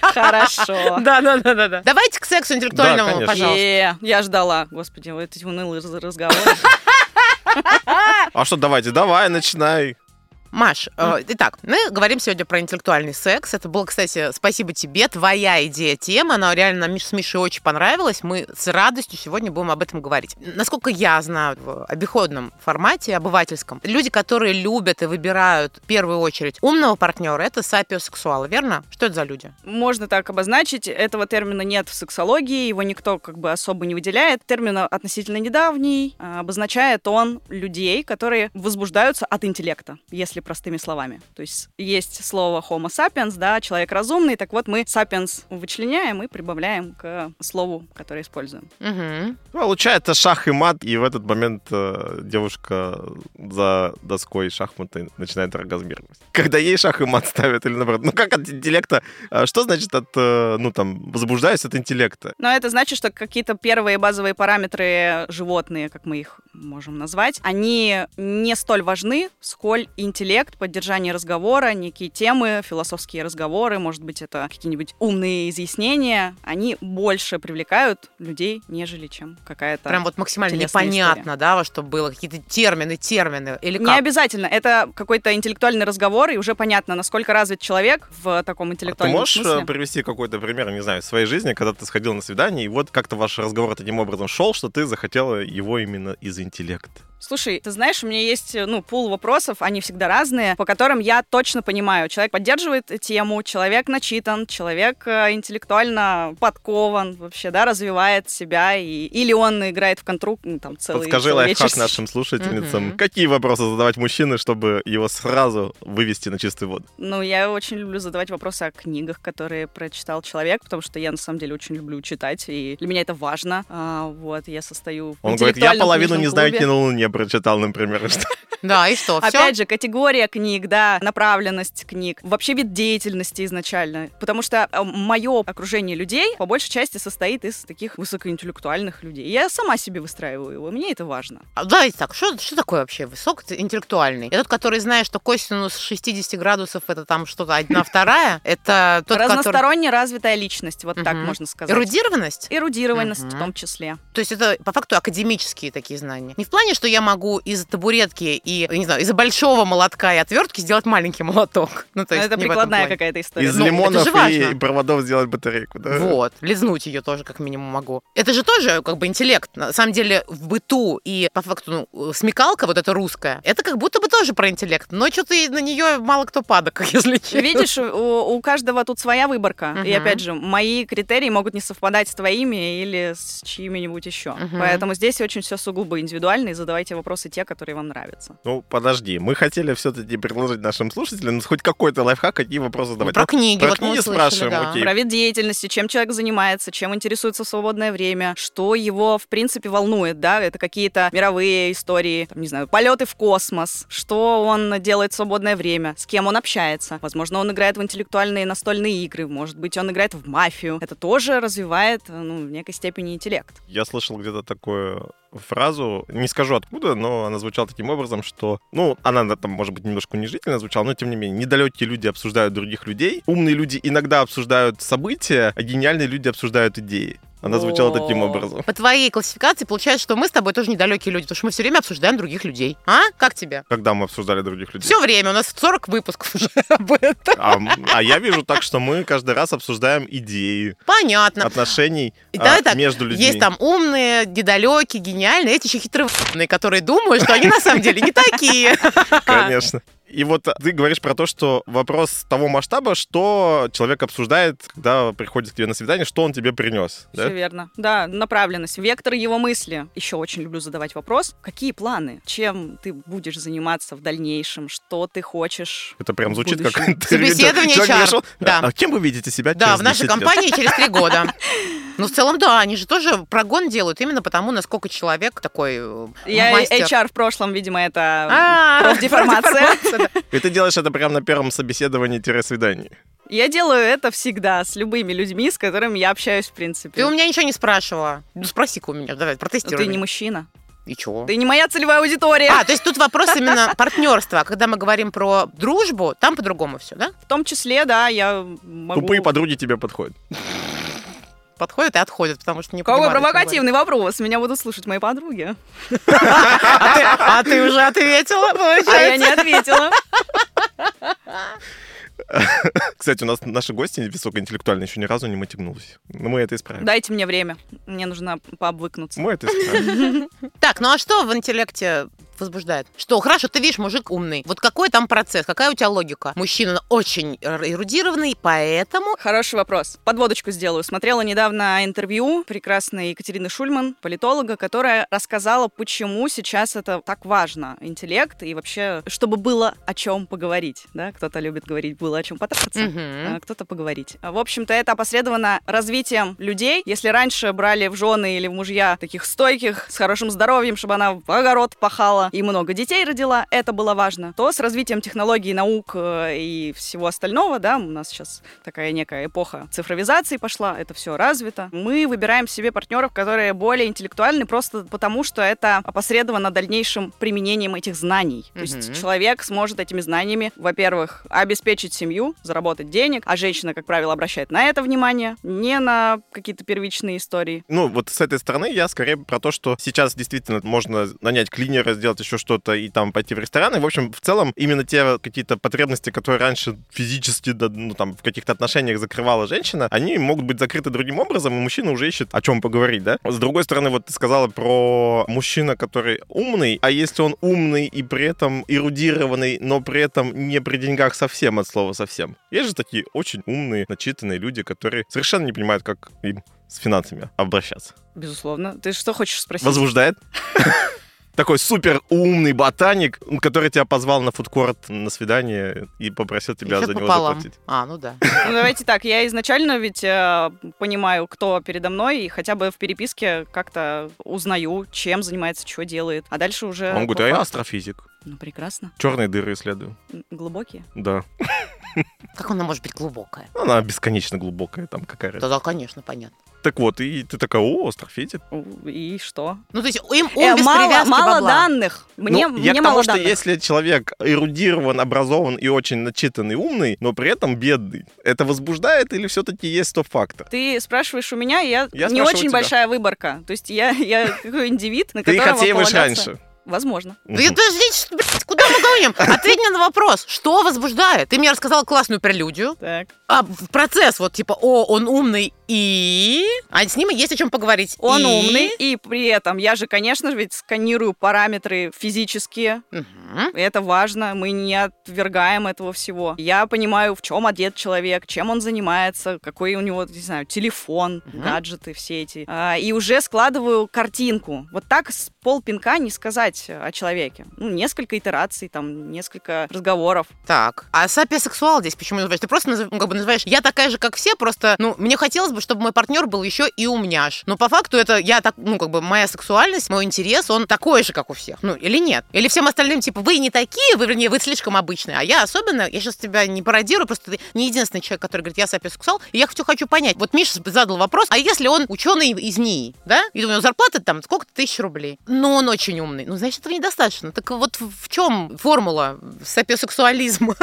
Speaker 3: Хорошо.
Speaker 1: Да, да, да, да, да. Давайте к сексу
Speaker 2: Да,
Speaker 1: интеллектуальному,
Speaker 2: конечно.
Speaker 1: пожалуйста.
Speaker 3: Е, Я ждала. Господи, вот эти унылые раз- разговоры.
Speaker 2: А что, давайте, давай, начинай.
Speaker 1: Маш, э, итак, мы говорим сегодня про интеллектуальный секс. Это было, кстати, спасибо тебе, твоя идея темы. Она реально нам Миш- с Мишей очень понравилась. Мы с радостью сегодня будем об этом говорить. Насколько я знаю, в обиходном формате, обывательском, люди, которые любят и выбирают в первую очередь умного партнера, это сапиосексуалы, верно? Что это за люди?
Speaker 3: Можно так обозначить. Этого термина нет в сексологии, его никто как бы особо не выделяет. Термин относительно недавний. а, Обозначает он людей, которые возбуждаются от интеллекта, если простыми словами. То есть есть слово homo sapiens, да, человек разумный, так вот мы sapiens вычленяем и прибавляем к слову, которое используем.
Speaker 1: Мгм.
Speaker 2: Ну, Получается шах и мат, и в этот момент э, девушка за доской шахматы начинает оргазмировать. Когда ей шах и мат ставят или наоборот. Ну как от интеллекта? э, Что значит от, э, ну там, возбуждаюсь от интеллекта? А
Speaker 3: Но это значит, что какие-то первые базовые параметры животные, как мы их можем назвать, они не столь важны, сколь интеллект, поддержание разговора, некие темы, философские разговоры, может быть, это какие-нибудь умные изъяснения, они больше привлекают людей, нежели чем какая-то...
Speaker 1: Прям вот максимально
Speaker 3: Телесная
Speaker 1: непонятно,
Speaker 3: история. да,
Speaker 1: да, во что было какие-то термины, термины или
Speaker 3: Не
Speaker 1: как.
Speaker 3: обязательно, это какой-то интеллектуальный разговор, и уже понятно, насколько развит человек в таком
Speaker 2: А ты
Speaker 3: интеллектуальном
Speaker 2: можешь э,
Speaker 3: смысле.
Speaker 2: привести какой-то пример, не знаю, из своей жизни, когда ты сходил на свидание, и вот как-то ваш разговор таким образом шел, что ты захотела его именно из интеллекта?
Speaker 3: Слушай, ты знаешь, у меня есть, э, ну, пул вопросов, они всегда разные, по которым я точно понимаю, человек поддерживает тему, человек начитан, человек э, интеллектуально подкован вообще, да, развивает себя, и... или он играет в контру, ну, там, целый
Speaker 2: Подскажи
Speaker 3: целый вечер.
Speaker 2: лайфхак нашим слушательницам,
Speaker 1: Мгм.
Speaker 2: какие вопросы задавать мужчины, чтобы его сразу вывести на чистую воду?
Speaker 3: Ну, я очень люблю задавать вопросы о книгах, которые прочитал человек, потому что я, на самом деле, очень люблю читать, и для меня это важно, А, вот, я состою в
Speaker 2: Он говорит, я
Speaker 3: интеллектуальном
Speaker 2: половину не
Speaker 3: книжном
Speaker 2: знаю,
Speaker 3: клубе».
Speaker 2: не на Луне прочитал, например. Что?
Speaker 1: Да, и что, все?
Speaker 3: Опять же, категория книг, да, направленность книг, вообще вид деятельности изначально. Потому что мое окружение людей по большей части состоит из таких высокоинтеллектуальных людей. Я сама себе выстраиваю его, мне это важно.
Speaker 1: А, Давайте так, что, что такое вообще высокоинтеллектуальный? Это тот, который знает, что косинус 60 градусов это там что-то одна вторая, это тот, который...
Speaker 3: Разносторонне развитая личность, вот так
Speaker 1: Мгм.
Speaker 3: можно сказать.
Speaker 1: Эрудированность?
Speaker 3: Эрудированность в
Speaker 1: Мгм.
Speaker 3: том числе.
Speaker 1: То есть это по факту академические такие знания. Не в плане, что я могу из табуретки и, не знаю, из-за большого молотка и отвертки сделать маленький молоток. Ну, то
Speaker 3: Но
Speaker 1: есть не в
Speaker 3: это
Speaker 1: этом
Speaker 3: прикладная
Speaker 1: плане.
Speaker 3: какая-то история.
Speaker 2: Из
Speaker 1: Ну, это
Speaker 2: лимонов
Speaker 1: же
Speaker 2: и,
Speaker 1: важно.
Speaker 2: и проводов сделать батарейку, да?
Speaker 1: Вот, лизнуть ее тоже как минимум могу. Это же тоже как бы интеллект. На самом деле в быту и по факту ну, смекалка вот эта русская, это как будто бы тоже про интеллект, но что-то на нее мало кто падок, если честно.
Speaker 3: Видишь, у, у каждого тут своя выборка. И
Speaker 1: Мгм.
Speaker 3: опять же, мои критерии могут не совпадать с твоими или с чьими-нибудь еще.
Speaker 1: Мгм.
Speaker 3: Поэтому здесь очень все сугубо индивидуально, и задавайте вопросы те, которые вам нравятся.
Speaker 2: Ну, подожди, мы хотели все-таки предложить нашим слушателям ну, хоть какой-то лайфхак, какие вопросы
Speaker 1: Ну,
Speaker 2: задавать.
Speaker 1: Про книги,
Speaker 2: про
Speaker 1: вот мы
Speaker 2: книги
Speaker 1: услышали,
Speaker 2: спрашиваем,
Speaker 1: да.
Speaker 2: окей.
Speaker 3: Про вид деятельности, чем человек занимается, чем интересуется в свободное время, что его, в принципе, волнует, да, это какие-то мировые истории, там, не знаю, полеты в космос, что он делает в свободное время, с кем он общается. Возможно, он играет в интеллектуальные настольные игры, может быть, он играет в мафию. Это тоже развивает, э, ну, в некой степени интеллект.
Speaker 2: Я слышал где-то такую фразу, не скажу откуда, но она звучала таким образом, что, ну, она да, там, может быть, немножко унижительно звучала, но тем не менее, недалекие люди обсуждают других людей, умные люди иногда обсуждают события, а гениальные люди обсуждают идеи. Она звучала таким
Speaker 3: О.
Speaker 2: образом.
Speaker 1: По твоей классификации получается, что мы с тобой тоже недалекие люди, потому что мы все время обсуждаем других людей. А? Как тебе?
Speaker 2: Когда мы обсуждали других людей?
Speaker 1: Все время, у нас 40 выпусков уже об этом.
Speaker 2: А, а я вижу так, что мы каждый раз обсуждаем идеи,
Speaker 1: Понятно.
Speaker 2: отношений
Speaker 1: И да,
Speaker 2: а,
Speaker 1: и так,
Speaker 2: между людьми.
Speaker 1: Есть там умные, недалекие, гениальные, эти еще хитровные, которые думают, что они на самом деле не такие.
Speaker 2: Конечно. И вот ты говоришь про то, что вопрос того масштаба, что человек обсуждает, когда приходит к тебе на свидание, что он тебе принес. да?
Speaker 3: Все верно. Да, направленность, вектор его мысли. Еще очень люблю задавать вопрос, какие планы, чем ты будешь заниматься в дальнейшем, что ты хочешь
Speaker 2: Это прям звучит как
Speaker 3: Будущее.
Speaker 2: интервью.
Speaker 1: Собеседование
Speaker 2: Человек
Speaker 1: HR.
Speaker 2: пришел,
Speaker 1: Да.
Speaker 2: А кем вы видите себя
Speaker 1: Да,
Speaker 2: через
Speaker 1: в нашей
Speaker 2: 10 лет?»
Speaker 1: компании через три года. Ну, в целом, да, они же тоже прогон делают именно потому, насколько человек такой э,
Speaker 3: Я
Speaker 1: мастер.
Speaker 3: HR в прошлом, видимо, это
Speaker 1: А,
Speaker 3: профдеформация.
Speaker 1: профдеформация, да.
Speaker 2: И ты делаешь это прямо на первом собеседовании-свидании.
Speaker 3: Я делаю это всегда с любыми людьми, с которыми я общаюсь, в
Speaker 1: Ты
Speaker 3: принципе.
Speaker 1: у меня ничего не спрашивала. Ну, спроси-ка у меня, давай,
Speaker 3: Но
Speaker 1: протестируй.
Speaker 3: Ты не
Speaker 1: меня.
Speaker 3: мужчина.
Speaker 1: И чего?
Speaker 3: Ты не моя целевая аудитория.
Speaker 1: А, то есть тут вопрос именно партнерства. А Когда мы говорим про дружбу, там по-другому все, да?
Speaker 3: В том числе, да, я могу...
Speaker 2: Тупые подруги тебе подходят.
Speaker 1: Подходят и отходят, потому что не
Speaker 3: Какой
Speaker 1: понимают, о чем
Speaker 3: провокативный вопрос. Меня будут слушать мои подруги.
Speaker 1: говорят. А ты, а ты уже ответила,
Speaker 3: А я не
Speaker 1: получается?
Speaker 3: ответила.
Speaker 2: Кстати, у нас наши гости высокоинтеллектуальные еще ни разу не мотягнулись. Но мы это исправим.
Speaker 3: Дайте мне время. Мне нужно пообвыкнуться.
Speaker 2: Мы это исправим.
Speaker 1: Так, ну а что в интеллекте возбуждает. Что, хорошо, ты видишь, мужик умный. Вот какой там процесс, какая у тебя логика? Мужчина очень эрудированный, поэтому...
Speaker 3: Хороший вопрос. Подводочку сделаю. Смотрела недавно интервью прекрасной Екатерины Шульман, политолога, которая рассказала, почему сейчас это так важно, интеллект, и вообще, чтобы было о чем поговорить. Да? Кто-то любит говорить, было о чем потрахаться,
Speaker 1: Мгм.
Speaker 3: а кто-то поговорить. А, В общем-то, это опосредовано развитием людей. Если раньше брали в жены или в мужья таких стойких, с хорошим здоровьем, чтобы она в огород пахала и много детей родила, это было важно, то с развитием технологий, наук э, и всего остального, да, у нас сейчас такая некая эпоха цифровизации пошла, это все развито. Мы выбираем себе партнеров, которые более интеллектуальны, просто потому что это опосредовано дальнейшим применением этих знаний. То
Speaker 1: Мгм.
Speaker 3: есть человек сможет этими знаниями, во-первых, обеспечить семью, заработать денег, а женщина, как правило, обращает на это внимание, не на какие-то первичные истории.
Speaker 2: Ну, вот с этой стороны я скорее про то, что сейчас действительно можно нанять клинера, сделать еще что-то и там пойти в ресторан. И, в общем, в целом, именно те какие-то потребности, которые раньше физически, да, ну, там, в каких-то отношениях закрывала женщина, они могут быть закрыты другим образом, и мужчина уже ищет о чем поговорить, да? С другой стороны, вот ты сказала про мужчина, который умный, а если он умный и при этом эрудированный, но при этом не при деньгах совсем от слова совсем. Есть же такие очень умные, начитанные люди, которые совершенно не понимают, как им с финансами обращаться.
Speaker 3: Безусловно. Ты что хочешь спросить?
Speaker 2: Возбуждает? Такой супер умный ботаник, который тебя позвал на фудкорт на свидание и попросил тебя
Speaker 1: Ещё
Speaker 2: за него
Speaker 1: пополам.
Speaker 2: заплатить.
Speaker 1: А, ну да.
Speaker 3: Ну, давайте так, я изначально ведь э, понимаю, кто передо мной, и хотя бы в переписке как-то узнаю, чем занимается, что делает. А дальше
Speaker 1: Э,
Speaker 3: уже...
Speaker 2: Он говорит, а я астрофизик.
Speaker 3: Ну, прекрасно.
Speaker 2: Черные дыры исследую.
Speaker 3: М, Глубокие.
Speaker 2: Да.
Speaker 1: Как она может быть глубокая?
Speaker 2: Она бесконечно глубокая там какая
Speaker 1: Да,
Speaker 2: то
Speaker 1: да, конечно, понятно.
Speaker 2: Так вот, и ты такая, о, астрофизик.
Speaker 3: У, И что?
Speaker 1: Ну, то есть им он
Speaker 3: Э,
Speaker 1: без
Speaker 3: мало
Speaker 1: привязки
Speaker 3: мало
Speaker 1: бабла.
Speaker 3: данных. Мне,
Speaker 2: Ну,
Speaker 3: мне
Speaker 2: я к тому,
Speaker 3: мало
Speaker 2: что
Speaker 3: данных.
Speaker 2: если человек эрудирован, образован и очень начитанный, умный, но при этом бедный, это возбуждает или все-таки есть то фактор?
Speaker 3: Ты спрашиваешь у меня, я,
Speaker 2: Я
Speaker 3: не
Speaker 2: спрашиваю
Speaker 3: очень
Speaker 2: тебя.
Speaker 3: большая выборка. То есть я, я какой индивид, на
Speaker 2: Ты
Speaker 3: которого
Speaker 2: хотеешь
Speaker 3: полагаться-
Speaker 2: раньше.
Speaker 3: Возможно.
Speaker 1: Да я-
Speaker 2: Мгм.
Speaker 1: подождите, что, блядь, куда мы гоним? Ответь мне на вопрос, что возбуждает? Ты мне рассказал классную прелюдию,
Speaker 3: Так.
Speaker 1: а в процесс вот типа, о, он умный и... А с ним есть о чем поговорить.
Speaker 3: Он
Speaker 1: И-
Speaker 3: умный, и при этом я же, конечно же, ведь сканирую параметры физические,
Speaker 1: Мгм.
Speaker 3: Это важно, мы не отвергаем этого всего. Я понимаю, в чем одет человек, чем он занимается, какой у него, не знаю, телефон,
Speaker 1: Мгм.
Speaker 3: гаджеты все эти. А, И уже складываю картинку. Вот так с полпинка не сказать о человеке. Ну, несколько итераций, там, несколько разговоров.
Speaker 1: Так, а сапиосексуал здесь почему называешь? Ты просто назыв- ну, как бы называешь, я такая же, как все, просто, ну, мне хотелось бы, чтобы мой партнер был еще и умняш. Но по факту это я так, ну, как бы моя сексуальность, мой интерес, он такой же, как у всех. Ну, или нет? Или всем остальным, типа, вы не такие, вы, вернее, вы слишком обычные, а я особенно, я сейчас тебя не пародирую, просто ты не единственный человек, который говорит, я сапиосексуал, и я хочу, хочу понять. Вот Миша задал вопрос, а если он ученый из НИИ, да? И у него зарплата там сколько-то тысяч рублей. Но он очень умный. Ну, значит, этого недостаточно. Так вот в чем формула сапиосексуализма?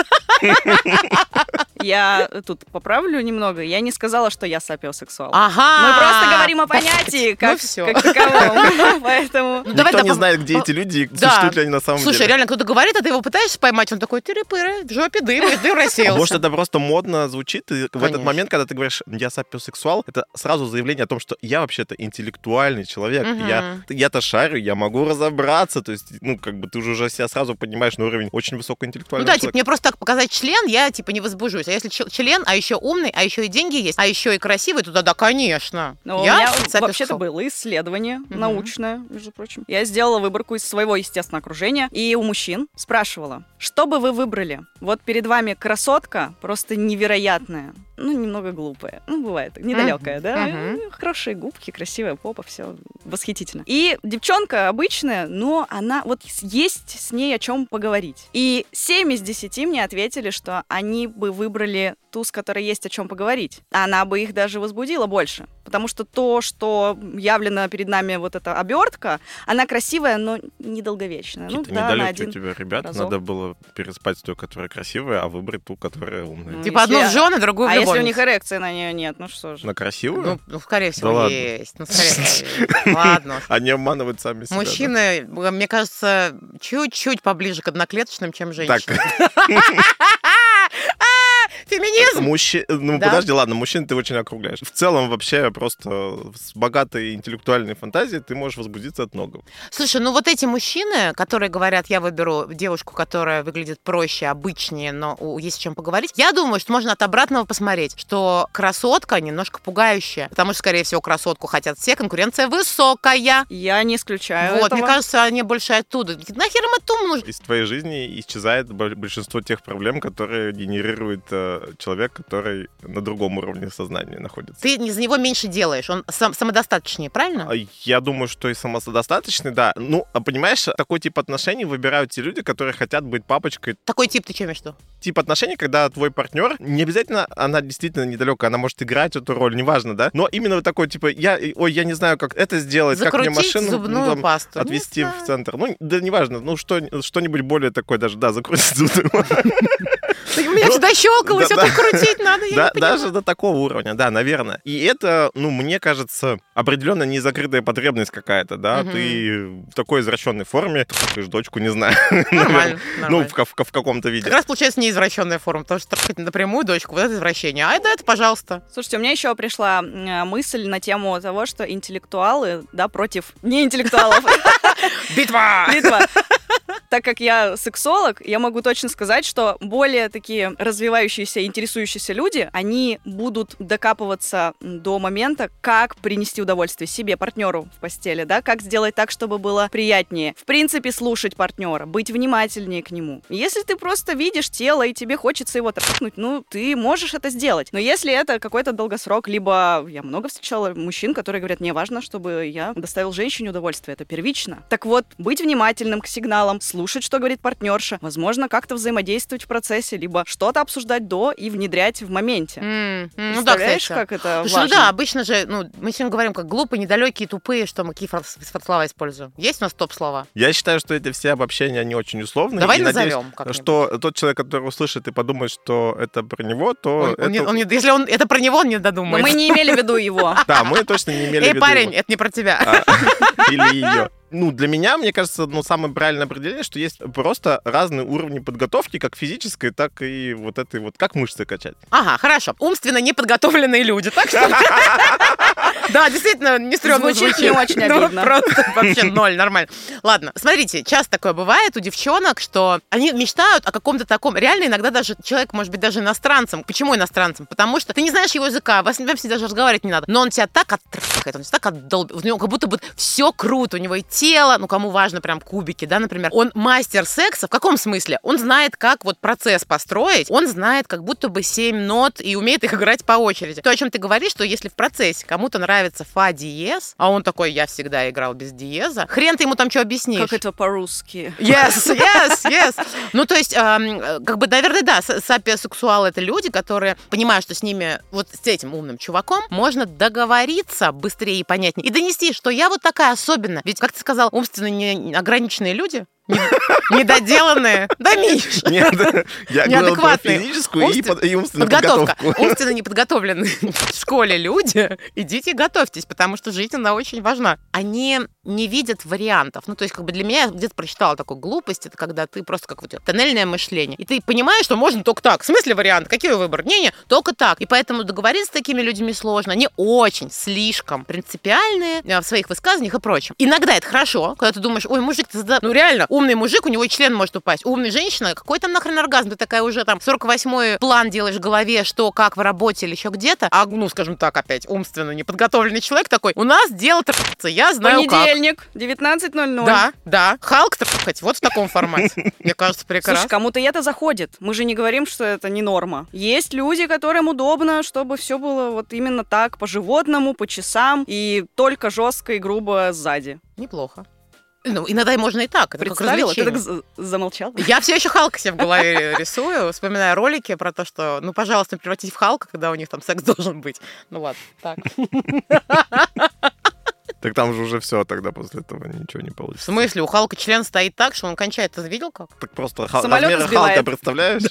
Speaker 3: Я тут поправлю немного. Я не сказала, что я сапиосексуал.
Speaker 1: Ага.
Speaker 3: Мы просто говорим о понятии,
Speaker 1: А, Ну
Speaker 3: как,
Speaker 1: всё.
Speaker 3: как таковом. Поэтому...
Speaker 1: Ну, давай
Speaker 2: Никто не
Speaker 1: допом-
Speaker 2: знает, где
Speaker 1: по-
Speaker 2: эти люди, и
Speaker 1: Да.
Speaker 2: существуют ли они на самом
Speaker 1: Слушай,
Speaker 2: деле.
Speaker 1: реально, кто-то говорит, а ты его пытаешься поймать, он такой, тыры-пыры, в жопе дым, и дым
Speaker 2: А
Speaker 1: рассеялся.
Speaker 2: Может, это просто модно звучит, и в этот
Speaker 1: Конечно.
Speaker 2: момент, когда ты говоришь «я сапиосексуал», это сразу заявление о том, что я вообще-то интеллектуальный человек,
Speaker 1: Мгм.
Speaker 2: я, я-то шарю, я могу разобраться, то есть, ну, как бы ты уже уже себя сразу поднимаешь на уровень очень
Speaker 1: Ну
Speaker 2: высокоинтеллектуального
Speaker 1: да, типа,
Speaker 2: человека.
Speaker 1: мне просто так показать член, я, типа, не возбужусь. А если чел- член, а еще умный, а еще и деньги есть, а еще и красивый, то да, да, конечно.
Speaker 3: Ну,
Speaker 1: я
Speaker 3: у меня
Speaker 1: сапиосексуал.
Speaker 3: вообще-то было исследование
Speaker 1: Мгм.
Speaker 3: научное, между прочим. Я сделала выборку из своего, естественно, окружения. И у мужчин спрашивала, что бы вы выбрали? Вот перед вами красотка, просто невероятная. Ну, немного глупая. Ну, бывает. Недалекая, да?
Speaker 1: Мгм.
Speaker 3: Э, Хорошие губки, красивая попа, все восхитительно. И девчонка обычная, но она... Вот с- есть с ней о чем поговорить. И 7 из 10 мне ответили, что они бы выбрали ту, с которой есть о чем поговорить. Она бы их даже возбудила больше. Потому что то, что явлено перед нами вот эта обертка, она красивая, но недолговечная. Ну,
Speaker 2: Какие-то
Speaker 3: да, она
Speaker 2: недалёкие у
Speaker 3: один.
Speaker 2: тебя ребята,
Speaker 3: разок.
Speaker 2: надо было переспать с той, которая красивая, а выбрать ту, которая умная.
Speaker 3: Ну,
Speaker 1: Типа, одну в
Speaker 3: если-
Speaker 1: жены, другую в
Speaker 3: А если у
Speaker 1: любовницу.
Speaker 3: них эрекции на нее нет, ну что же.
Speaker 2: На красивую?
Speaker 1: Ну, ну, скорее всего,
Speaker 2: ладно.
Speaker 1: есть. Ну, скорее всего, есть. Ладно уж.
Speaker 2: Они обманывают сами себя. да.
Speaker 1: Мужчины, э, мне кажется, чуть-чуть поближе к одноклеточным, чем женщины.
Speaker 2: Так,
Speaker 1: Ты А, феминизм!
Speaker 2: Мужчи... Ну,
Speaker 1: Да.
Speaker 2: подожди, ладно, мужчин ты очень округляешь. В целом, вообще, просто с богатой интеллектуальной фантазией ты можешь возбудиться от многого.
Speaker 1: Слушай, ну вот эти мужчины, которые говорят, я выберу девушку, которая выглядит проще, обычнее, но у- есть о чем поговорить, я думаю, что можно от обратного посмотреть, что красотка немножко пугающая, потому что, скорее всего, красотку хотят все, конкуренция высокая.
Speaker 3: Я не исключаю
Speaker 1: вот,
Speaker 3: этого.
Speaker 1: мне кажется, они больше оттуда. Нахер им это нужно?
Speaker 2: Из твоей жизни исчезает бо- большинство тех проблем, которые генерирует э, человек, который на другом уровне сознания находится.
Speaker 1: Ты не за него меньше делаешь, он сам- самодостаточнее, правильно?
Speaker 2: А Я думаю, что и самодостаточный, да. Ну, а понимаешь, такой тип отношений выбирают те люди, которые хотят быть папочкой.
Speaker 1: Такой тип ты чем что?
Speaker 2: Тип отношений, когда твой партнер, не обязательно она действительно недалека, она может играть эту роль, неважно, да. Но именно вот такой, типа, я, ой, я не знаю, как это сделать, как
Speaker 1: Закрутить
Speaker 2: мне машину ну,
Speaker 1: зубную
Speaker 2: там,
Speaker 1: пасту. Не
Speaker 2: отвести
Speaker 1: знаю.
Speaker 2: в центр. Ну, да неважно, ну, что, что-нибудь более такое даже, да, закрутить зубную пасту.
Speaker 1: Да У меня
Speaker 2: Ну,
Speaker 1: же дощелкало,
Speaker 2: да,
Speaker 1: все
Speaker 2: да.
Speaker 1: так крутить надо, я
Speaker 2: Да,
Speaker 1: не понимаю.
Speaker 2: даже до такого уровня, да, наверное. И это, ну, мне кажется, определенно незакрытая потребность какая-то, да.
Speaker 1: Мгм.
Speaker 2: Ты в такой извращенной форме, ты ж дочку не знаю.
Speaker 1: Нормально,
Speaker 2: Ну,
Speaker 1: нормально.
Speaker 2: в, ка- в ка- в каком-то виде.
Speaker 1: Как раз получается неизвращенная форма, потому что трахать напрямую дочку, вот это извращение. А это, это пожалуйста.
Speaker 3: Слушайте, у меня еще пришла м, мысль на тему того, что интеллектуалы, да, против неинтеллектуалов.
Speaker 1: Битва!
Speaker 3: Литва. Так как я сексолог, я могу точно сказать, что более такие развивающиеся, интересующиеся люди, они будут докапываться до момента, как принести удовольствие себе, партнеру в постели, да, как сделать так, чтобы было приятнее. В принципе, слушать партнера, быть внимательнее к нему. Если ты просто видишь тело и тебе хочется его трахнуть, ну, ты можешь это сделать. Но если это какой-то долгосрок, либо я много встречала мужчин, которые говорят, мне важно, чтобы я доставил женщине удовольствие, это первично. Так вот, быть внимательным к сигналам, слушать, что говорит партнерша, возможно, как-то взаимодействовать в процессе, либо что-то обсуждать до и внедрять в моменте.
Speaker 1: М, м, Ну да,
Speaker 3: Представляешь,
Speaker 1: кстати.
Speaker 3: как это
Speaker 1: Слушай, ну
Speaker 3: важно?
Speaker 1: да, обычно же, ну, мы всем говорим, как глупые, недалекие, тупые, что мы какие фраз- фраз- слова используем. Есть у нас топ-слова?
Speaker 2: Я считаю, что эти все обобщения, они очень условные.
Speaker 1: Давай
Speaker 2: и Ну, надеюсь,
Speaker 1: назовем как
Speaker 2: что тот человек, который услышит и подумает, что это про него, то
Speaker 1: Он- он не-
Speaker 2: это-
Speaker 1: он не- Если он, это про него, он не
Speaker 3: Но
Speaker 1: додумает.
Speaker 3: Ну, мы не имели в виду его.
Speaker 2: Да, мы точно не имели в
Speaker 1: Эй,
Speaker 2: виду
Speaker 1: парень,
Speaker 2: его.
Speaker 1: это не про тебя.
Speaker 2: А, Или ее. Ну, для меня, мне кажется, ну, самое правильное определение, что есть просто разные уровни подготовки, как физической, так и вот этой вот, как мышцы качать.
Speaker 1: Ага, хорошо. Умственно неподготовленные люди, так что... Да, действительно, не стрёмно
Speaker 3: Звучит
Speaker 1: звучит.
Speaker 3: не очень
Speaker 1: Ну,
Speaker 3: обидно.
Speaker 1: Просто вообще ноль, нормально. Ладно, смотрите, часто такое бывает у девчонок, что они мечтают о каком-то таком... Реально иногда даже человек может быть даже иностранцем. Почему иностранцем? Потому что ты не знаешь его языка, вас вам с ним даже разговаривать не надо. Но он тебя так оттрахает, он тебя так отдолбит. У него как будто бы все круто, у него и тело, ну кому важно прям кубики, да, например. Он мастер секса, в каком смысле? Он знает, как вот процесс построить, он знает как будто бы 7 нот и умеет их играть по очереди. То, о чем ты говоришь, что если в процессе кому-то нравится фа диез, а он такой, я всегда играл без диеза, хрен ты ему там что объяснишь.
Speaker 3: Как это по-русски?
Speaker 1: Yes, yes, yes. Ну, то есть, эм, э, как бы, наверное, да, са- сапиосексуалы — это люди, которые понимают, что с ними, вот с этим умным чуваком, можно договориться быстрее и понятнее. И донести, что я вот такая особенная. Ведь, как ты сказал, умственно не ограниченные люди, не- недоделанные. Да, Миш,
Speaker 2: Нет, я говорил про
Speaker 1: Неадекватные.
Speaker 2: физическую и
Speaker 1: Умствен-
Speaker 2: под- и умственную
Speaker 1: подготовка.
Speaker 2: подготовку.
Speaker 1: Умственно неподготовленные в школе люди, идите и готовьтесь, потому что жизнь, она очень важна. Они не видят вариантов. Ну, то есть, как бы для меня, я где-то прочитала такую глупость, это когда ты просто как вот тоннельное мышление. И ты понимаешь, что можно только так. В смысле вариант? Какие выбор? Не-не, только так. И поэтому договориться с такими людьми сложно. Они очень, слишком принципиальные э, в своих высказываниях и прочем. Иногда это хорошо, когда ты думаешь, ой, мужик, ты зада- ну реально, умный мужик, у него и член может упасть. Умная женщина, какой там нахрен оргазм? Ты такая уже там 48-й план делаешь в голове, что, как в работе или еще где-то. А, ну, скажем так, опять умственно неподготовленный человек такой, у нас дело трахаться, я знаю как.
Speaker 3: Понедельник, 19.00.
Speaker 1: Да, да. Халк трахать, вот в таком формате. Мне кажется, прекрасно.
Speaker 3: Слушай, кому-то и это заходит. Мы же не говорим, что это не норма. Есть люди, которым удобно, чтобы все было вот именно так, по-животному, по часам, и только жестко и грубо сзади.
Speaker 1: Неплохо. Ну, иногда и можно и так. Это как
Speaker 3: Представила? Ты
Speaker 1: развлечение.
Speaker 3: так з- замолчал?
Speaker 1: Я все еще Халка себе в голове рисую, вспоминаю ролики про то, что, ну, пожалуйста, превратить в Халка, когда у них там секс должен быть. Ну ладно, так.
Speaker 2: Так там же уже все тогда после этого ничего не
Speaker 1: В
Speaker 2: получится.
Speaker 1: смысле, у Халка член стоит так, что он кончает, ты видел как?
Speaker 2: Так просто ха-
Speaker 3: Самолет
Speaker 2: размеры
Speaker 3: сбивает.
Speaker 2: Халка представляешь?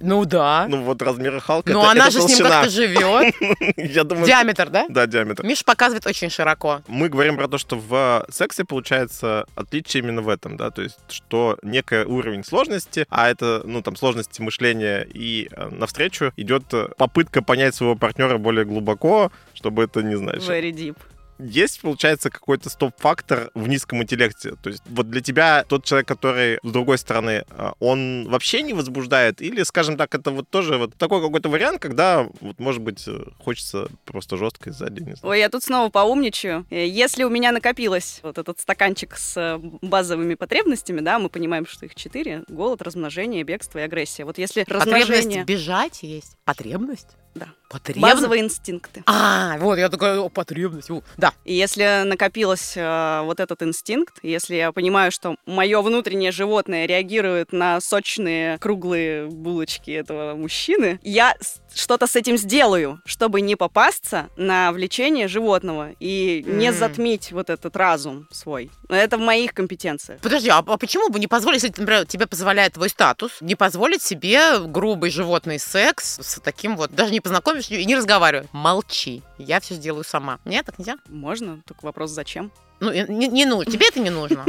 Speaker 1: Ну да.
Speaker 2: Ну вот размеры Халка.
Speaker 1: Ну
Speaker 2: это-
Speaker 1: она
Speaker 2: это
Speaker 1: же с ним
Speaker 2: толщина.
Speaker 1: как-то живет.
Speaker 2: Я думаю,
Speaker 1: Диаметр, да?
Speaker 2: да, диаметр.
Speaker 1: Миш показывает очень широко.
Speaker 2: Мы говорим про то, что в а, сексе получается отличие именно в этом, да, то есть что некий уровень сложности, а это, ну, там, сложности мышления и э, навстречу идет э, попытка понять своего партнера более глубоко, чтобы это, не знаю,
Speaker 3: Very deep.
Speaker 2: есть, получается, какой-то стоп-фактор в низком интеллекте. То есть вот для тебя тот человек, который с другой стороны, а, он вообще не возбуждает? Или, скажем так, это вот тоже вот такой какой-то вариант, когда, вот, может быть, э, хочется просто жесткой сзади, не знаю.
Speaker 3: Ой, я тут снова поумничаю. Э, Если у меня накопилось вот этот стаканчик с э, базовыми потребностями, да, мы понимаем, что их четыре. Голод, размножение, бегство и агрессия. Вот если размножение...
Speaker 1: Потребность бежать есть. Потребность?
Speaker 3: Да.
Speaker 1: Потребность?
Speaker 3: Базовые инстинкты.
Speaker 1: А, вот, я такая, «О, потребность. у, Да.
Speaker 3: И если накопилось э, вот этот инстинкт, если я понимаю, что мое внутреннее животное реагирует на сочные круглые булочки этого мужчины, я с- что-то с этим сделаю, чтобы не попасться на влечение животного и не
Speaker 1: М.
Speaker 3: затмить вот этот разум свой. Но Это в моих компетенциях.
Speaker 1: Подожди, а а почему бы не позволить, если, например, тебе позволяет твой статус, не позволить себе грубый животный секс с таким вот, даже не познакомишь и не разговаривай. Молчи, я все сделаю сама. Нет, так нельзя?
Speaker 3: Можно, только вопрос зачем?
Speaker 1: Ну, и- не, не нужно, тебе это не нужно.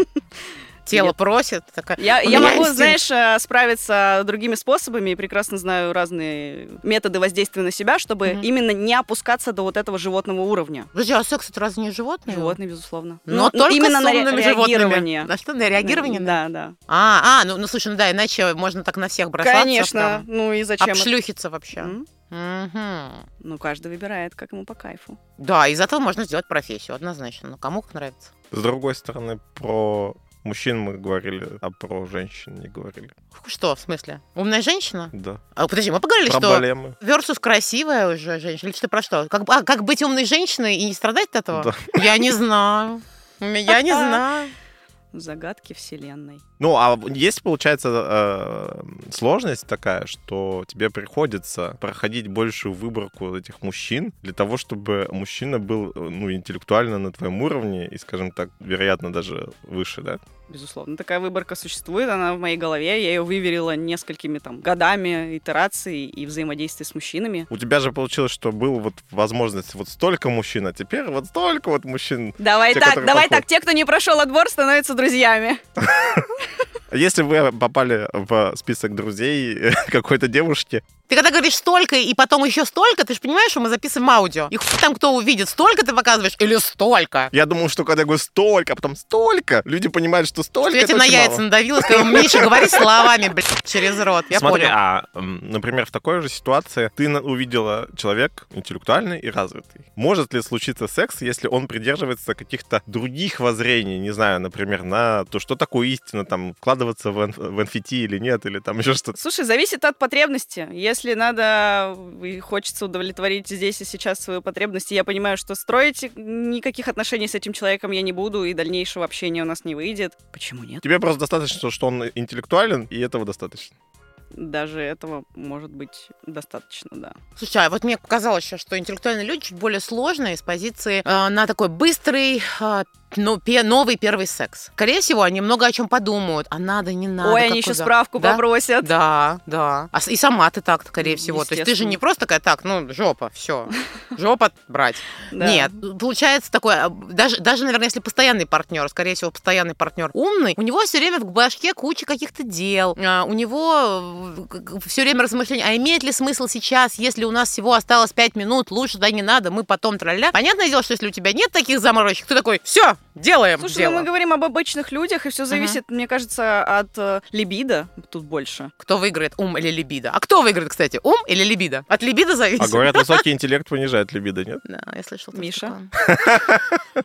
Speaker 1: Тело
Speaker 3: Нет.
Speaker 1: просит, такая...
Speaker 3: Я,
Speaker 1: «У меня
Speaker 3: я могу,
Speaker 1: инстинкт».
Speaker 3: знаешь, э, справиться другими способами и прекрасно знаю разные методы воздействия на себя, чтобы
Speaker 1: Мгм.
Speaker 3: именно не опускаться до вот этого животного уровня.
Speaker 1: Подожди, а секс это разве не животное?
Speaker 3: Животные, безусловно.
Speaker 1: Но, только с
Speaker 3: ну, ре-
Speaker 1: умными
Speaker 3: реагирование.
Speaker 1: животными. На что? На реагирование? да?
Speaker 3: Да, да.
Speaker 1: А, а ну, ну слушай, ну да, иначе можно так на всех бросаться.
Speaker 3: Конечно. Ну и зачем?
Speaker 1: Прям.
Speaker 3: это?
Speaker 1: Обшлюхиться вообще.
Speaker 3: М?
Speaker 1: Мгм.
Speaker 3: Ну, каждый выбирает, как ему по кайфу.
Speaker 1: Да, из этого можно сделать профессию, однозначно. Ну, кому как нравится.
Speaker 2: С другой стороны, про мужчин мы говорили, а про женщин не говорили.
Speaker 1: Что, в смысле? Умная женщина?
Speaker 2: Да.
Speaker 1: А, подожди, мы поговорили,
Speaker 2: Про
Speaker 1: что
Speaker 2: проблемы.
Speaker 1: Версус красивая уже женщина. Или что про что? Как, а, как быть умной женщиной и не страдать от этого? Я не знаю. Я не знаю.
Speaker 3: Загадки вселенной.
Speaker 2: Ну, а есть, получается, э, сложность такая, что тебе приходится проходить большую выборку этих мужчин для того, чтобы мужчина был, э, ну, интеллектуально на твоем уровне и, скажем так, вероятно, даже выше, да?
Speaker 3: Безусловно, такая выборка существует, она в моей голове, я ее выверила несколькими там годами итераций и взаимодействия с мужчинами.
Speaker 2: У тебя же получилось, что был вот возможность вот столько мужчин, а теперь вот столько вот мужчин.
Speaker 3: Давай
Speaker 2: Те,
Speaker 3: так,
Speaker 2: которые
Speaker 3: давай
Speaker 2: подходят.
Speaker 3: так, те, кто не прошел отбор, становятся друзьями.
Speaker 2: Если вы попали в список друзей э, какой-то девушки,
Speaker 1: Ты когда говоришь столько и потом еще столько, ты же понимаешь, что мы записываем аудио. И хуй там кто увидит, столько ты показываешь или столько.
Speaker 2: я думал, что когда я говорю столько, а потом столько, люди понимают, что столько
Speaker 1: Что я
Speaker 2: это
Speaker 1: тебе на
Speaker 2: очень мало.
Speaker 1: яйца надавила, сказала, Миша, говори словами, блядь, через рот. Я
Speaker 2: Смотри,
Speaker 1: понял.
Speaker 2: а, м, например, в такой же ситуации ты на- увидела человек интеллектуальный и развитый. Может ли случиться секс, если он придерживается каких-то других воззрений, не знаю, например, на то, что такое истина, там, вкладываться в, эн- в NFT или нет, или там еще что-то.
Speaker 3: Слушай, зависит от потребности. Если надо и хочется удовлетворить здесь и сейчас свою потребность, и я понимаю, что строить никаких отношений с этим человеком я не буду, и дальнейшего общения у нас не выйдет. Почему нет?
Speaker 2: Тебе просто достаточно, что он интеллектуален, и этого достаточно.
Speaker 3: Даже этого может быть достаточно, да.
Speaker 1: Слушай, а вот мне показалось еще, что интеллектуальные люди чуть более сложные с позиции э, на такой быстрый, э, ну, пе- новый первый секс. Скорее всего, они много о чем подумают. А надо, не надо.
Speaker 3: Ой,
Speaker 1: как
Speaker 3: они еще
Speaker 1: куда.
Speaker 3: справку
Speaker 1: Да?
Speaker 3: попросят.
Speaker 1: Да, да. А с- и сама ты так, скорее всего. То есть ты же не
Speaker 3: Естественно.
Speaker 1: просто такая, так, ну, жопа, все. Жопа брать.
Speaker 3: Да.
Speaker 1: Нет, получается такое, а, даже, даже, наверное, если постоянный партнер, скорее всего, постоянный партнер умный, у него все время в башке куча каких-то дел, а, у него э, все время размышления, а имеет ли смысл сейчас, если у нас всего осталось 5 минут, лучше да не надо, мы потом траля. Понятное дело, что если у тебя нет таких заморочек, ты такой, все, делаем
Speaker 3: Слушай, ну
Speaker 1: дело.
Speaker 3: мы говорим об обычных людях, и все зависит, мне кажется, от э, либидо тут больше.
Speaker 1: Кто выиграет, ум или либидо? А кто выиграет, кстати, ум или либидо? От либидо зависит.
Speaker 2: А говорят, высокий интеллект понижает либидо, нет?
Speaker 1: Да, я слышала.
Speaker 3: Миша?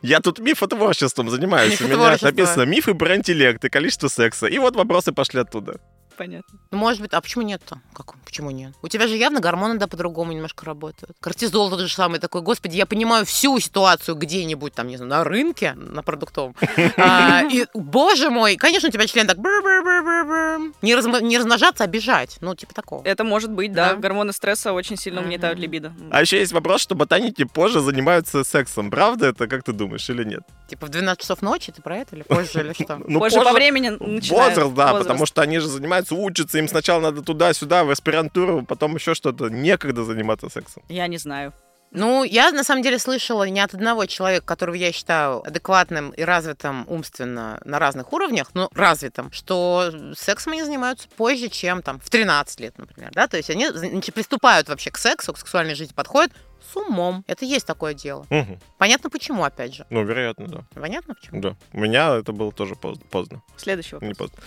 Speaker 2: Я тут мифотворчеством занимаюсь. У меня
Speaker 1: Мифотворчество.
Speaker 2: написано мифы про интеллект и количество секса. И вот вопросы пошли оттуда.
Speaker 3: Понятно.
Speaker 1: Ну, может быть, а почему нет-то? Как? Почему нет? У тебя же явно гормоны, да, по-другому немножко работают. Кортизол тот же самый такой. Господи, я понимаю всю ситуацию где-нибудь там, не знаю, на рынке, на продуктовом. А, И, боже мой, конечно, у тебя член так бррррррррррррр. не разм- не размножаться, а бежать. Ну, типа такого.
Speaker 3: Это может быть, да.
Speaker 1: Да.
Speaker 3: Гормоны стресса очень сильно угнетают
Speaker 1: Мгм.
Speaker 3: либидо.
Speaker 2: А еще есть вопрос, что ботаники позже занимаются сексом. Правда это, как ты думаешь, или нет?
Speaker 1: Типа в 12 часов ночи, ты про это или позже, или что?
Speaker 2: Ну,
Speaker 3: позже, по времени начинают.
Speaker 2: Возраст, да,
Speaker 3: Возраст.
Speaker 2: потому что они же занимаются учатся, учатся, им сначала надо туда-сюда, в аспирантуру, потом еще что-то. Некогда заниматься сексом.
Speaker 3: Я не знаю.
Speaker 1: Ну, я на самом деле слышала не от одного человека, которого я считаю адекватным и развитым умственно на разных уровнях, но развитым, что сексом они занимаются позже, чем там в 13 лет, например, да, то есть они значит, приступают вообще к сексу, к сексуальной жизни подходят с умом. Это есть такое дело.
Speaker 2: Мгм.
Speaker 1: Понятно почему, опять же.
Speaker 2: Ну, вероятно, да.
Speaker 1: Понятно почему.
Speaker 2: Да. У меня это было тоже поздно. поздно.
Speaker 3: Следующий вопрос.
Speaker 2: Не поздно.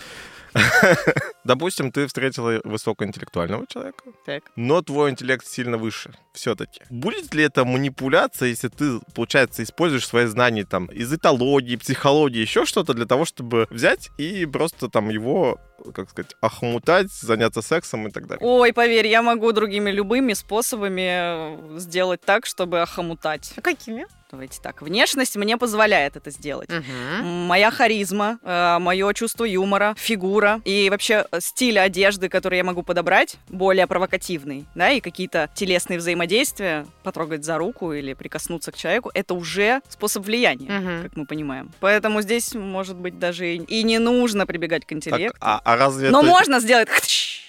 Speaker 2: Допустим, ты встретила высокоинтеллектуального человека,
Speaker 3: Так.
Speaker 2: но твой интеллект сильно выше все-таки. Будет ли это манипуляция, если ты, получается, используешь свои знания там из этологии, психологии, еще что-то для того, чтобы взять и просто там его, как сказать, охмутать, заняться сексом и так далее?
Speaker 3: Ой, поверь, я могу другими любыми способами э, сделать так, чтобы охомутать.
Speaker 1: А какими?
Speaker 3: Давайте так. Внешность мне позволяет это сделать.
Speaker 1: Мгм.
Speaker 3: Моя харизма, мое чувство юмора, фигура и вообще э, стиль одежды, который я могу подобрать, более провокативный, да, и какие-то телесные взаимодействия, потрогать за руку или прикоснуться к человеку, это уже способ влияния,
Speaker 1: Мгм.
Speaker 3: как мы понимаем. Поэтому здесь, может быть, даже и и не нужно прибегать к
Speaker 2: Так,
Speaker 3: интеллекту.
Speaker 2: а, а разве
Speaker 3: Но
Speaker 2: это,
Speaker 3: можно сделать...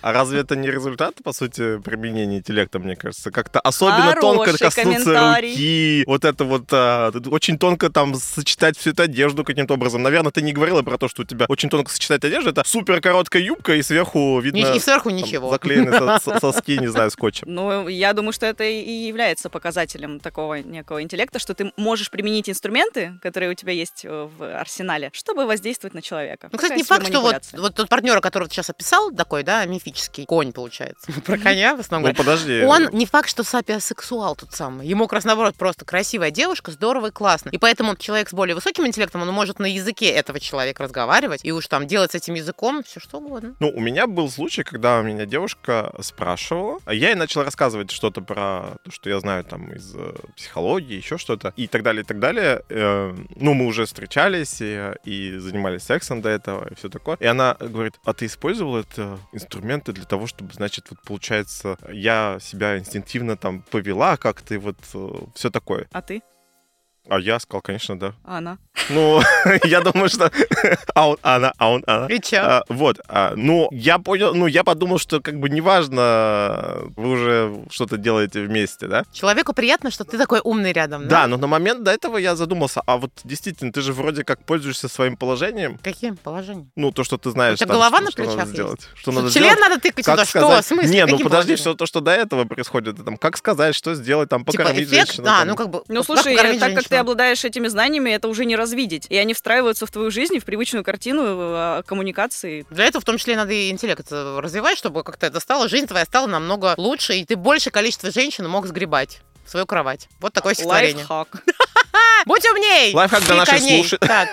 Speaker 2: а разве это не результат, по сути, применения интеллекта, мне кажется? Как-то особенно
Speaker 3: Хороший
Speaker 2: тонко коснуться
Speaker 3: комментарий.
Speaker 2: руки, вот это вот, а, очень тонко там сочетать всю эту одежду каким-то образом. Наверное, ты не говорила про то, что у тебя очень тонко сочетать одежду. Это супер короткая юбка, и сверху видно...
Speaker 1: Ни- И сверху
Speaker 2: там
Speaker 1: ничего.
Speaker 2: Заклеены со- со- соски, не знаю, скотчем.
Speaker 3: Ну, я думаю, что это и является показателем такого некого интеллекта, что ты можешь применить инструменты, которые у тебя есть э, в арсенале, чтобы воздействовать на человека.
Speaker 1: Ну, кстати,
Speaker 3: Такая
Speaker 1: не
Speaker 3: себе
Speaker 1: факт, что вот,
Speaker 3: манипуляция.
Speaker 1: вот тот партнер, которого ты сейчас описал, такой, да, мифический конь, получается. Про коня в основном.
Speaker 2: Ну, подожди.
Speaker 1: Он не факт, что сапиосексуал тот самый. Ему как раз наоборот просто красивая девушка, здорово и классно. И поэтому человек с более высоким интеллектом, он может на языке этого человека разговаривать и уж там делать с этим языком все что угодно.
Speaker 2: Ну, у меня был случай, когда меня девушка спрашивала, а я ей начал рассказывать что-то про то, что я знаю там из э, психологии, еще что-то, и так далее, и так далее. Э, ну, мы уже встречались и, и занимались сексом до этого, и все такое. И она говорит, а ты использовал это инструменты для того, чтобы, значит, вот получается, я себя инстинктивно там повела как-то, и вот все такое.
Speaker 3: А ты?
Speaker 2: А я сказал, конечно, да.
Speaker 3: А она?
Speaker 2: Ну, я думаю, что... А он, она, а он, она.
Speaker 1: И чё?
Speaker 2: А, вот, а, ну, я понял, ну, я подумал, что как бы неважно, вы уже что-то делаете вместе, да?
Speaker 1: Человеку приятно, что ты такой умный рядом, да?
Speaker 2: Да, но на момент до этого я задумался, а вот действительно, ты же вроде как пользуешься своим положением,
Speaker 1: Каким положением?
Speaker 2: ну, то, что ты знаешь,
Speaker 1: У тебя
Speaker 2: там,
Speaker 1: голова
Speaker 2: что,
Speaker 1: на
Speaker 2: что надо
Speaker 1: плечах есть?
Speaker 2: сделать, что
Speaker 1: Что,
Speaker 2: надо
Speaker 1: член
Speaker 2: сделать.
Speaker 1: надо тыкать туда? Что?
Speaker 2: сказать-
Speaker 1: В смысле?
Speaker 2: Не, ну
Speaker 1: Каким
Speaker 2: подожди,
Speaker 1: положением?
Speaker 2: что то, что до этого происходит, там, как сказать, что сделать, там,
Speaker 1: Типа
Speaker 2: покормить
Speaker 1: эффект?
Speaker 2: женщину.
Speaker 1: Да,
Speaker 2: там.
Speaker 1: ну как бы...
Speaker 3: Ну,
Speaker 1: вот
Speaker 3: слушай,
Speaker 1: покормить
Speaker 3: так как ты
Speaker 1: женщину?
Speaker 3: обладаешь этими знаниями, это уже не развидеть. И они встраиваются в твою жизнь, и в привычную картину э, коммуникации.
Speaker 1: Для этого в том числе надо и интеллект э, развивать, чтобы как-то это стало, жизнь твоя стала намного лучше, и ты большее количество женщин мог сгребать в свою кровать. Вот такое стихотворение.
Speaker 3: Лайфхак.
Speaker 1: Будь умней!
Speaker 2: Лайфхак для
Speaker 1: Ты
Speaker 2: наших
Speaker 1: коней.
Speaker 2: слушателей.
Speaker 1: Так.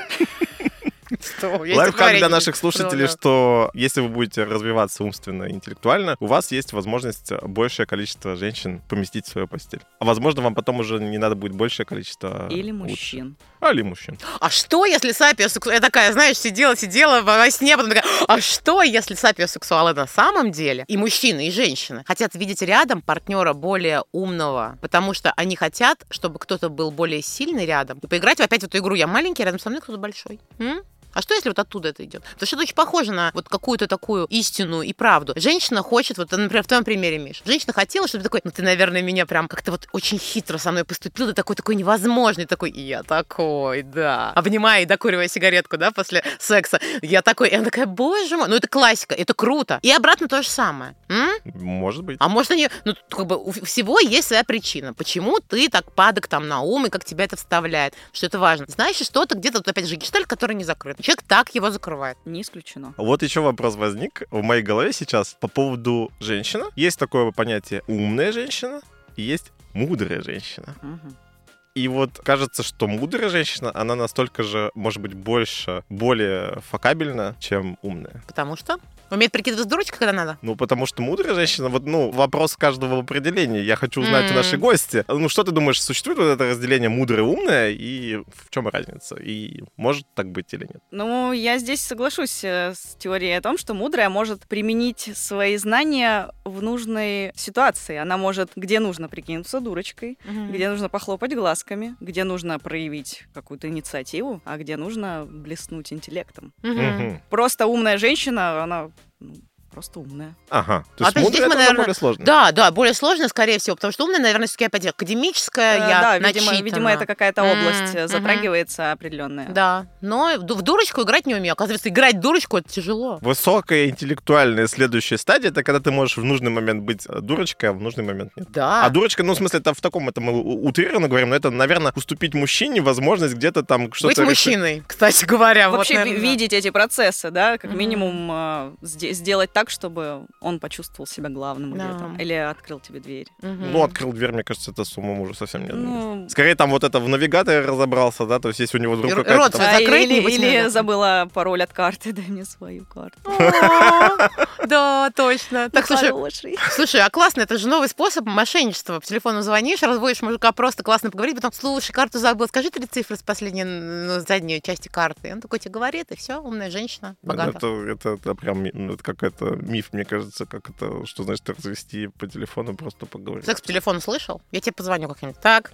Speaker 1: Что? Есть
Speaker 2: Лайфхак для
Speaker 1: творение.
Speaker 2: наших слушателей,
Speaker 1: Ну, да.
Speaker 2: что если вы будете развиваться умственно и интеллектуально, у вас есть возможность большее количество женщин поместить в свою постель. А возможно, вам потом уже не надо будет большее количество...
Speaker 3: Или
Speaker 2: лучше.
Speaker 3: мужчин.
Speaker 2: А, или мужчин.
Speaker 1: А что, если сапиосексуал... Я такая, знаешь, сидела, сидела во сне, потом такая, а что, если сапиосексуалы на самом деле, и мужчины, и женщины, хотят видеть рядом партнера более умного, потому что они хотят, чтобы кто-то был более сильный рядом, и поиграть опять в эту игру. Я маленький, рядом со мной кто-то большой. М? А что, если вот оттуда это идет? Потому что это очень похоже на вот какую-то такую истину и правду. Женщина хочет, вот, например, в твоем примере, Миш, женщина хотела, чтобы ты такой, ну ты, наверное, меня прям как-то вот очень хитро со мной поступил, ты такой, такой невозможный, такой, «И я такой, да. Обнимая и докуривая сигаретку, да, после секса. Я такой, и она такая, боже мой, ну это классика, это круто. И обратно то же самое. М?
Speaker 2: Может быть.
Speaker 1: А может, они, ну, тут как бы у всего есть своя причина. Почему ты так падок там на ум и как тебя это вставляет? Что это важно. Знаешь, что-то где-то, вот опять же, гештальт, который не закрыт. Человек так его закрывает.
Speaker 3: Не исключено.
Speaker 2: Вот еще вопрос возник в моей голове сейчас по поводу женщины. Есть такое понятие «умная женщина» и есть «мудрая женщина».
Speaker 3: Мгм.
Speaker 2: И вот кажется, что мудрая женщина, она настолько же, может быть, больше, более факабельна, чем умная.
Speaker 1: Потому что умеет прикидываться дурочкой, когда надо.
Speaker 2: Ну, потому что мудрая женщина, вот, ну, вопрос каждого в определении. Я хочу узнать у
Speaker 1: М.
Speaker 2: нашей гости. Ну, что ты думаешь, существует вот это разделение мудрая и умная, и в чем разница? И может так быть или нет?
Speaker 3: Ну, я здесь соглашусь э, с теорией о том, что мудрая может применить свои знания в нужной ситуации. Она может, где нужно, прикинуться дурочкой, где нужно похлопать глазками, где нужно проявить какую-то инициативу, а где нужно блеснуть интеллектом.
Speaker 1: Мгм.
Speaker 2: Мгм.
Speaker 3: Просто умная женщина, она ну, просто умная.
Speaker 2: Ага. То есть
Speaker 1: Опять
Speaker 2: мудрый
Speaker 1: здесь мы,
Speaker 2: это уже
Speaker 1: наверное,
Speaker 2: более сложно.
Speaker 1: Да, да, более сложно, скорее всего, потому что умная, наверное, все-таки опять академическая,
Speaker 3: Э,
Speaker 1: я
Speaker 3: да, видимо,
Speaker 1: начитана.
Speaker 3: видимо, это какая-то
Speaker 1: М,
Speaker 3: область э,
Speaker 1: мгм.
Speaker 3: затрагивается определенная.
Speaker 1: Да, но ду- в дурочку играть не умею. Оказывается, играть дурочку — это тяжело.
Speaker 2: Высокая интеллектуальная следующая стадия это когда ты можешь в нужный момент быть э, дурочкой, а в нужный момент нет.
Speaker 1: Да.
Speaker 2: А дурочка, ну, в смысле, это в таком, это мы у- утрированно говорим, но это, наверное, уступить мужчине возможность где-то там что-то...
Speaker 1: Быть
Speaker 2: решить.
Speaker 1: мужчиной, кстати говоря. А вот,
Speaker 3: Вообще ви-
Speaker 1: наверное, да.
Speaker 3: видеть эти процессы, да, как
Speaker 1: Мгм.
Speaker 3: минимум э, сде- сделать так, чтобы он почувствовал себя главным или,
Speaker 1: Да.
Speaker 3: там- или открыл тебе дверь.
Speaker 1: Мгм.
Speaker 2: Ну, открыл дверь, мне кажется, это с умом уже совсем не
Speaker 3: Ну,
Speaker 2: Скорее, там вот это в наvigator разобрался, да, то есть если у него вдруг
Speaker 1: Р-
Speaker 2: какая-то
Speaker 1: рот
Speaker 2: там-
Speaker 1: Всё,
Speaker 3: а,
Speaker 1: закрыть
Speaker 3: или,
Speaker 1: не быть
Speaker 3: или
Speaker 1: надо.
Speaker 3: забыла пароль от карты, дай мне свою карту.
Speaker 1: О, Да, точно. Так, слушай,
Speaker 3: Хороший.
Speaker 1: слушай, а классно, это же новый способ мошенничества. По телефону звонишь, разводишь мужика, просто классно поговорить, потом, слушай, карту забыл, скажи три цифры с последней, ну, задней части карты. И он такой тебе говорит, и все, умная женщина, богата.
Speaker 2: Это, это, это прям ми- ну, это как это миф, мне кажется, как это, что значит развести по телефону, просто поговорить.
Speaker 1: Секс по телефону слышал? Я тебе позвоню как-нибудь. Так.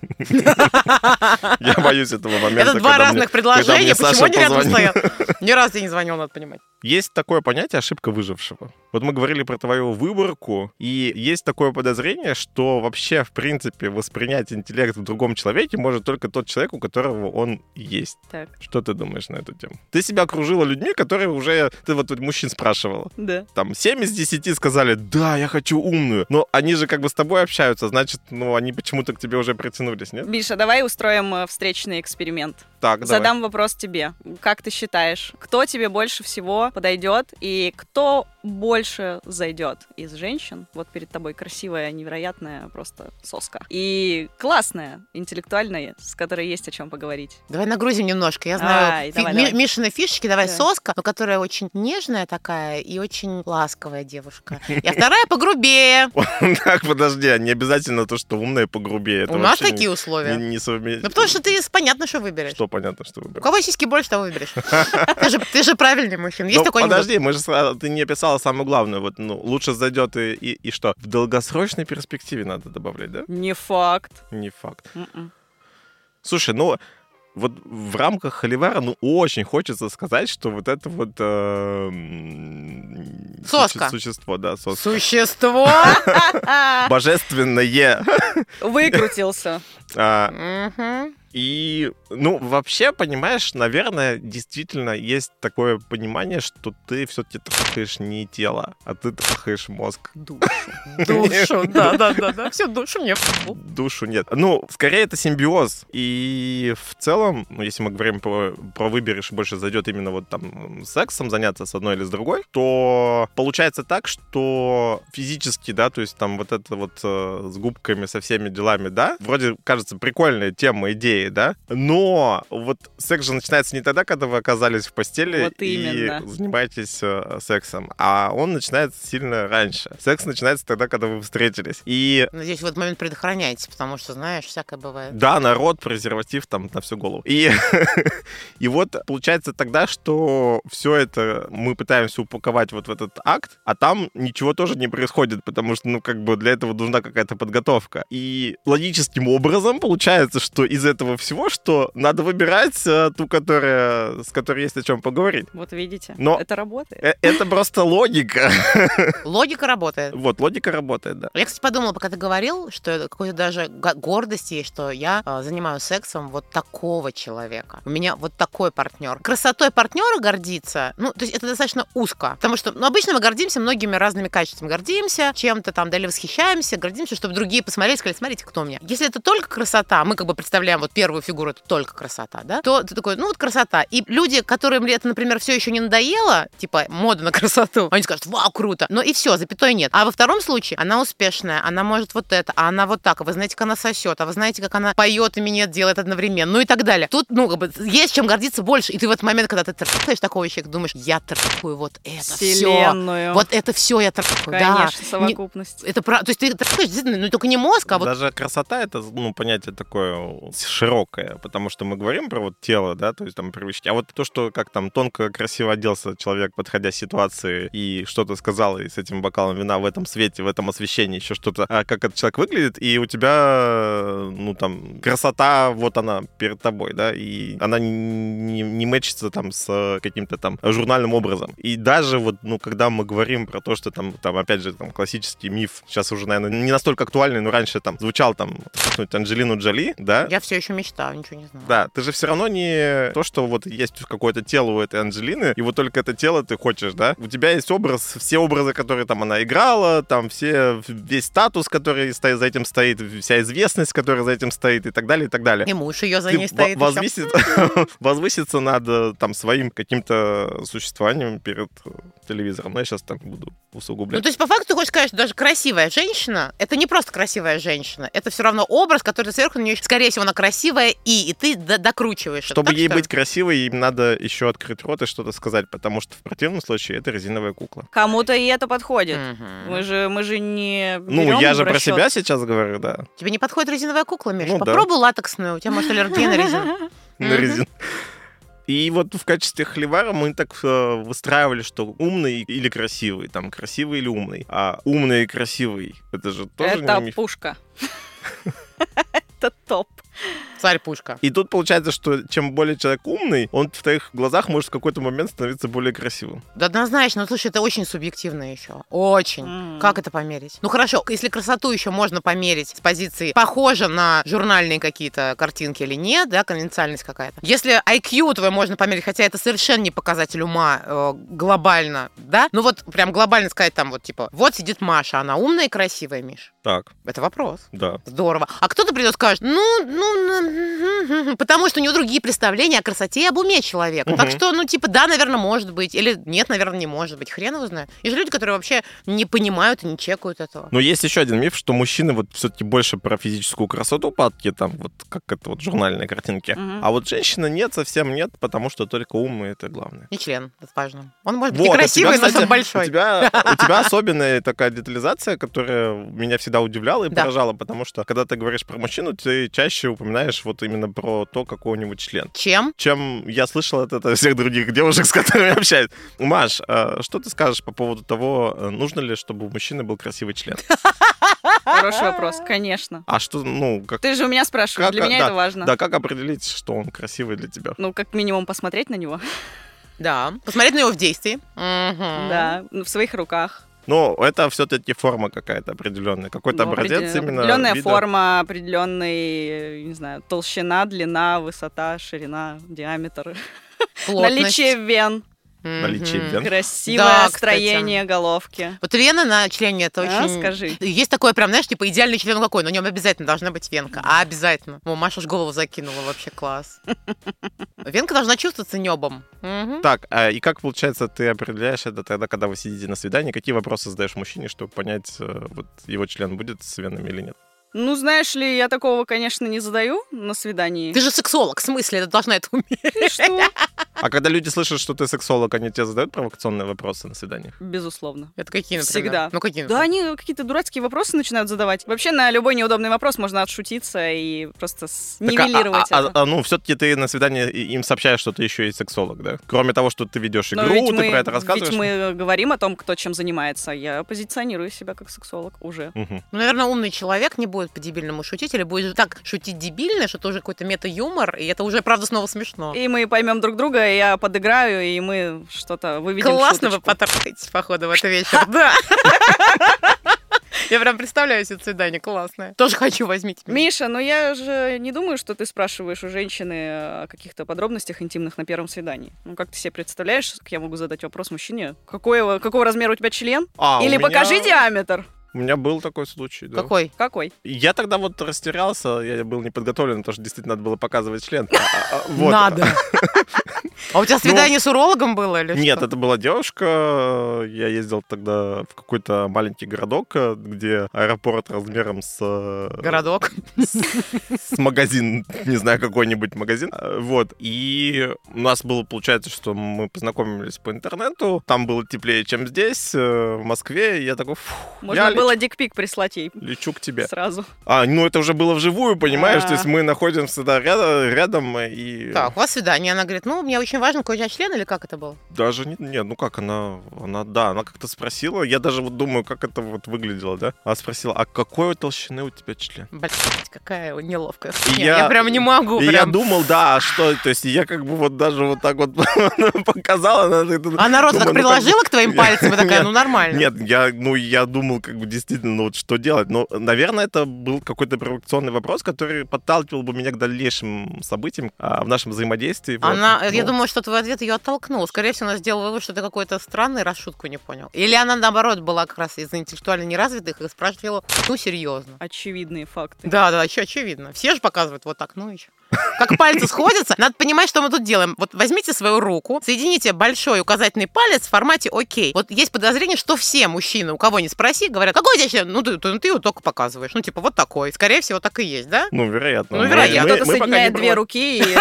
Speaker 2: Я боюсь этого момента.
Speaker 1: Это два
Speaker 2: когда мне-
Speaker 1: разных предложения.
Speaker 2: когда мне
Speaker 1: Почему
Speaker 2: Саша
Speaker 1: они рядом
Speaker 2: позвонил.
Speaker 1: стоят? Ни разу я не звонил, надо понимать.
Speaker 2: Есть такое понятие ошибка выжившего. Вот мы говорили про твою выборку, и есть такое подозрение, что вообще, в принципе, воспринять интеллект в другом человеке может только тот человек, у которого он есть.
Speaker 3: Так,
Speaker 2: Что ты думаешь на эту тему? Ты себя окружила людьми, которые уже... Ты вот тут мужчин спрашивала.
Speaker 3: да.
Speaker 2: Там 7 из 10 сказали, да, я хочу умную. Но они же как бы с тобой общаются, значит, ну, они почему-то к тебе уже притянулись, нет?
Speaker 3: Миша, давай устроим э, встречный эксперимент.
Speaker 2: Так, давай.
Speaker 3: Задам вопрос тебе. Как ты считаешь, кто тебе больше всего подойдет и кто больше зайдет из женщин? Вот перед тобой красивая, невероятная просто соска. И классная, интеллектуальная, с которой есть о чем поговорить.
Speaker 1: Давай нагрузим немножко. Я
Speaker 3: Ай,
Speaker 1: знаю фи-
Speaker 3: давай,
Speaker 1: ми-
Speaker 3: давай.
Speaker 1: Мишины фишечки. Давай
Speaker 3: Давай.
Speaker 1: соска, но которая очень нежная такая и очень ласковая девушка. И а вторая погрубее.
Speaker 2: Так, подожди, а не обязательно то, что умная погрубее. Это
Speaker 1: У нас
Speaker 2: вообще не-
Speaker 1: такие условия.
Speaker 2: Не, не совмест-
Speaker 1: Ну потому что ты с- понятно, что выберешь.
Speaker 2: Что понятно, что
Speaker 1: У
Speaker 2: выбрать.
Speaker 1: кого сиськи больше, того выберешь. Ты же, ты же правильный мужчина. Есть
Speaker 2: Ну,
Speaker 1: такой анекдот?
Speaker 2: подожди, мы же сра- ты не описала самое главное. Вот, ну, лучше зайдет и, и, и что? В долгосрочной перспективе надо добавлять, да?
Speaker 3: Не факт.
Speaker 2: Не факт.
Speaker 3: М-м.
Speaker 2: Слушай, ну вот в рамках Холивара, ну, очень хочется сказать, что вот это вот... э, м, суще-
Speaker 1: Соска.
Speaker 2: Существо, да, соска.
Speaker 1: Существо.
Speaker 2: Божественное.
Speaker 3: А, Выкрутился.
Speaker 2: А,
Speaker 1: Мгм.
Speaker 2: И, ну, вообще, понимаешь, наверное, действительно есть такое понимание, что ты все-таки трахаешь не тело, а ты трахаешь мозг.
Speaker 1: Душу. Душу. Да, да, да, да. Все, душу мне.
Speaker 2: Душу нет. Ну, скорее это симбиоз. И в целом, ну, если мы говорим про, про выберешь, больше зайдет именно вот там сексом заняться с одной или с другой, то получается так, что физически, да, то есть там вот это вот э, с губками, со всеми делами, да, вроде кажется прикольная тема, идеи, да, но вот секс же начинается не тогда, когда вы оказались в постели
Speaker 3: Вот
Speaker 2: и
Speaker 3: именно.
Speaker 2: занимаетесь э, сексом, а он начинается сильно раньше. Секс начинается тогда, когда вы встретились. И
Speaker 1: Надеюсь, в этот момент предохраняетесь, потому что, знаешь, всякое бывает.
Speaker 2: да, народ, презерватив там на всю голову. И, и вот получается тогда, что все это мы пытаемся упаковать вот в этот акт, а там ничего тоже не происходит, потому что, ну, как бы для этого нужна какая-то подготовка. И логическим образом получается, что из этого всего, что надо выбирать э, ту, которая, с которой есть о чем поговорить.
Speaker 3: Вот видите,
Speaker 2: Но-
Speaker 3: это работает.
Speaker 2: Э, Это просто логика.
Speaker 1: Логика работает.
Speaker 2: Вот, логика работает, да.
Speaker 1: Я, кстати, подумала, пока ты говорил, что какой-то даже го- гордость есть, что я э, занимаюсь сексом вот такого человека. У меня вот такой партнер. Красотой партнера гордиться, ну, то есть это достаточно узко. Потому что, ну, обычно мы гордимся многими разными качествами. Гордимся чем-то там, далее восхищаемся, гордимся, чтобы другие посмотрели и сказали, смотрите, кто у меня. Если это только красота, мы как бы представляем вот первую фигуру, это только красота, да, то ты такой, ну, вот красота. И люди, которым это, например, все еще не надоело, типа мода на красоту, они скажут, вау, круто, но и все, запятой нет. А во втором случае она успешная, она может вот это, а она вот так, а вы знаете, как она сосет, а вы знаете, как она поет и минет делает одновременно, ну и так далее. Тут, ну, как бы, есть чем гордиться больше. И ты в этот момент, когда ты трахаешь такого человека, думаешь, я трахаю вот это все.
Speaker 3: Вселенную.
Speaker 1: Вот это все я трахаю, да. Э,
Speaker 3: Конечно, совокупность.
Speaker 1: а Это правда. То есть ты трахаешь, действительно, ну только не мозг, а вот
Speaker 2: Даже красота это, ну, понятие такое широкое, потому что мы говорим про вот тело, да, то есть там привычки. А вот то, что как там тонко, красиво оделся человек, подходя к ситуации, и что-то сказал, и с этим бокалом вина в этом свете, в этом освещении, еще что-то, а как этот человек выглядит, и у тебя, ну, там, красота, вот она перед тобой, да, и она не, не мэчится там с каким-то там журнальным образом. И даже вот, ну, когда мы говорим про то, что там, там опять же, там, классический миф, сейчас уже, наверное, не настолько актуальный, но раньше там звучал там Анджелину Джоли, да?
Speaker 1: Я все еще мечтаю, ничего не знаю.
Speaker 2: Да, ты же все равно не то, что вот есть какое-то тело у этой Анджелины, и вот только это тело ты хочешь, да? У тебя есть образ, все образы, которые там она играла, там все, весь статус, который стоит, за этим стоит, вся известность, которая за этим стоит, и так далее, и так далее.
Speaker 1: И муж ее за
Speaker 2: Ты
Speaker 1: ней
Speaker 2: в-
Speaker 1: стоит. еще.
Speaker 2: возвысит- возвыситься надо там своим каким-то существованием перед э, телевизором. Ну, я сейчас там буду
Speaker 1: Ну,
Speaker 2: усугублять.
Speaker 1: то есть, по факту, ты хочешь сказать, что даже красивая женщина это не просто красивая женщина, это все равно образ, который ты сверху на нее, скорее всего, она красивая, и, и ты до- докручиваешь. это,
Speaker 2: Чтобы
Speaker 1: так
Speaker 2: ей
Speaker 1: что ли?
Speaker 2: быть красивой, им надо еще открыть рот и что-то сказать, потому что в противном случае это резиновая кукла.
Speaker 3: Кому-то и это подходит.
Speaker 1: Мгм.
Speaker 3: Мы же, мы же не берем
Speaker 2: Ну, я же
Speaker 3: в
Speaker 2: про
Speaker 3: расчет.
Speaker 2: себя сейчас говорю, да.
Speaker 1: Тебе не подходит резиновая кукла, Миш?
Speaker 2: Ну, да.
Speaker 1: Попробуй латексную, у тебя может аллергия на резину.
Speaker 2: На
Speaker 1: Мгм.
Speaker 2: резин. И вот в качестве хлевара мы так э, выстраивали, что умный или красивый, там красивый или умный. А умный и красивый, это же тоже
Speaker 3: Это
Speaker 2: не миф.
Speaker 3: пушка. Это топ.
Speaker 1: Царь пушка.
Speaker 2: И тут получается, что чем более человек умный, он в твоих глазах может в какой-то момент становиться более красивым.
Speaker 1: Да однозначно, ну слушай, это очень субъективно еще. Очень.
Speaker 3: М.
Speaker 1: Как это померить? Ну хорошо, если красоту еще можно померить с позиции похоже на журнальные какие-то картинки или нет, да, конвенциальность какая-то. Если IQ твой можно померить, хотя это совершенно не показатель ума э, глобально, да, ну вот прям глобально сказать там вот типа, вот сидит Маша, она умная и красивая, Миш.
Speaker 2: Так,
Speaker 1: Это вопрос.
Speaker 2: да.
Speaker 1: Здорово. А кто-то придет и скажет, ну, ну, ну, м-м-м, потому что у него другие представления о красоте и об уме человека. Так
Speaker 2: Мгм.
Speaker 1: что, ну, типа, да, наверное, может быть. Или нет, наверное, не может быть. Хрен его знает. Есть же люди, которые вообще не понимают и не чекают этого.
Speaker 2: Но есть еще один миф, что мужчины вот все-таки больше про физическую красоту падки, там вот как это вот журнальные картинки.
Speaker 3: Мгм.
Speaker 2: А вот женщина нет, совсем нет, потому что только ум и это главное.
Speaker 1: Не член, это важно. Он может быть
Speaker 2: Вот,
Speaker 1: и
Speaker 2: у
Speaker 1: красивый,
Speaker 2: тебя,
Speaker 1: но
Speaker 2: кстати,
Speaker 1: он большой.
Speaker 2: У тебя, у тебя особенная такая детализация, которая меня всегда удивляла и
Speaker 1: Да.
Speaker 2: поражала, потому что когда ты говоришь про мужчину, ты чаще упоминаешь вот именно про то, какой у него член.
Speaker 1: Чем?
Speaker 2: чем я слышал от это всех других девушек, с которыми я общаюсь. Маш, а что ты скажешь по поводу того, э, нужно ли, чтобы у мужчины был красивый член?
Speaker 3: Хороший вопрос, конечно.
Speaker 2: А что, ну, как...
Speaker 3: Ты же у меня спрашиваешь,
Speaker 2: как-
Speaker 3: для меня
Speaker 2: да,
Speaker 3: это важно.
Speaker 2: Да, как определить, что он красивый для тебя?
Speaker 3: Ну, как минимум, посмотреть на него.
Speaker 1: Да. Посмотреть на его в действии. Мгм.
Speaker 3: Да, в своих руках.
Speaker 2: Ну, это все-таки форма какая-то определенная, какой-то
Speaker 3: Ну,
Speaker 2: образец
Speaker 3: определен-
Speaker 2: именно.
Speaker 3: Определенная
Speaker 2: вида.
Speaker 3: форма, определенный, не знаю, толщина, длина, высота, ширина, диаметр.
Speaker 1: Плотность.
Speaker 3: Наличие вен,
Speaker 1: Мгм.
Speaker 2: Наличие вен.
Speaker 3: красивое
Speaker 1: кстати.
Speaker 3: строение головки.
Speaker 1: Вот вены на члене это
Speaker 3: А,
Speaker 1: очень...
Speaker 3: скажи.
Speaker 1: Есть такое прям, знаешь, типа идеальный член какой, но на нем обязательно должна быть венка. А обязательно. О, Маша ж голову закинула, вообще класс. Венка должна чувствоваться небом. Мгм.
Speaker 2: Так, а и как получается, ты определяешь это тогда, когда вы сидите на свидании? Какие вопросы задаешь мужчине, чтобы понять, э, вот его член будет с венами или нет?
Speaker 3: Ну, знаешь ли, я такого, конечно, не задаю на свидании.
Speaker 1: Ты же сексолог, в смысле, ты должна это уметь.
Speaker 3: Ты что?
Speaker 2: А когда люди слышат, что ты сексолог, они тебе задают провокационные вопросы на свиданиях?
Speaker 3: Безусловно.
Speaker 1: Это какие, например?
Speaker 3: Всегда.
Speaker 1: Ну, какие,
Speaker 3: Да,
Speaker 1: например?
Speaker 3: они какие-то дурацкие вопросы начинают задавать. Вообще на любой неудобный вопрос можно отшутиться и просто с-
Speaker 2: Так, а-
Speaker 3: нивелировать
Speaker 2: а, а-
Speaker 3: это.
Speaker 2: а, ну, все-таки ты на свидание и- им сообщаешь, что ты еще и сексолог, да? Кроме того, что ты ведешь
Speaker 3: Но
Speaker 2: игру,
Speaker 3: Ну, ведь
Speaker 2: ты
Speaker 3: мы-
Speaker 2: про это рассказываешь.
Speaker 3: Ведь мы говорим о том, кто чем занимается. Я позиционирую себя как сексолог уже.
Speaker 2: Мгм.
Speaker 1: Ну, наверное, умный человек не будет по-дебильному шутить, или будет так шутить дебильно, что это уже какой-то мета-юмор, и это уже, правда, снова
Speaker 2: А.
Speaker 1: смешно.
Speaker 3: И мы поймем друг друга, и я подыграю, и мы что-то выведем
Speaker 1: Классно вы
Speaker 3: шуточку.
Speaker 1: потрахаетесь, походу, в этот вечер. Да. Я прям представляю себе свидание, классное. Тоже хочу, возьмите меня.
Speaker 3: Миша, но я же не думаю, что ты спрашиваешь у женщины о каких-то подробностях интимных на первом свидании. Ну, как ты себе представляешь, как я могу задать вопрос мужчине? Какой, какого размера у тебя член?
Speaker 2: А, у
Speaker 3: Или
Speaker 2: меня-
Speaker 3: покажи диаметр.
Speaker 2: У меня был такой случай, да.
Speaker 1: Какой?
Speaker 3: Какой?
Speaker 2: Я тогда вот растерялся, я был не подготовлен, потому что действительно надо было показывать член. А, а, а, вот.
Speaker 1: Надо. А у тебя свидание с урологом было или
Speaker 2: Нет,
Speaker 1: что?
Speaker 2: это была девушка. Я ездил тогда в какой-то маленький городок, э, где аэропорт размером с... э,
Speaker 1: Городок.
Speaker 2: С магазин, не знаю, какой-нибудь магазин. Э, Вот. И у нас было, получается, что мы познакомились по интернету. Там было теплее, чем здесь, э, в Москве. И я такой, «Фу,
Speaker 3: Можно
Speaker 2: я
Speaker 3: было дикпик прислать ей
Speaker 2: лечу- лечу к тебе.
Speaker 3: сразу.
Speaker 2: А, ну это уже было вживую, понимаешь?
Speaker 3: А.
Speaker 2: То есть мы находимся да, рядом, рядом э, и...
Speaker 1: Так, у вас свидание. Она говорит, ну, мне очень важно кое-чей член, или как это было?
Speaker 2: Даже не, не, ну как она, она, да, она как-то спросила, я даже вот думаю, как это вот выглядело, да? Она спросила, а какой толщины у тебя член?
Speaker 1: Блять, какая неловкая.
Speaker 2: И
Speaker 1: Я,
Speaker 2: я-
Speaker 1: я прям не могу.
Speaker 2: И я
Speaker 1: Ну, прям.
Speaker 2: думал, да, а что, то есть я как бы вот даже вот так вот показал, она... так,
Speaker 1: А народ так
Speaker 2: думаю, ну, как бы-
Speaker 1: приложила к твоим
Speaker 2: Я-
Speaker 1: пальцам и такая,
Speaker 2: Нет.
Speaker 1: ну нормально.
Speaker 2: Нет, я, ну, я думал, как бы действительно, ну, вот что делать. Но, наверное, это был какой-то провокационный вопрос, который подталкивал бы меня к дальнейшим событиям а, в нашем взаимодействии. вот,
Speaker 1: Она, я
Speaker 2: ну.
Speaker 1: думаю, что твой ответ ее оттолкнул. Скорее всего, она сделала вывод, что ты какой-то странный раз шутку не понял. Или она, наоборот, была как раз из интеллектуально неразвитых и спрашивала, ну, серьезно.
Speaker 3: Очевидные факты.
Speaker 1: Да, да, еще очевидно. Все же показывают вот так, ну еще. Как пальцы сходятся, надо понимать, что мы тут делаем. Вот возьмите свою руку, соедините большой указательный палец в формате «Окей». Вот есть подозрение, что все мужчины, у кого не спроси, говорят, какой у тебя член? Ну ты, ты- ну, ты его только показываешь. Ну типа вот такой. Скорее всего, так и есть, да?
Speaker 2: Ну, вероятно.
Speaker 1: Ну,
Speaker 2: Мы-
Speaker 1: вероятно.
Speaker 2: мы-
Speaker 3: Кто-то
Speaker 2: мы пока не
Speaker 3: соединяет две
Speaker 2: провод-
Speaker 3: руки и...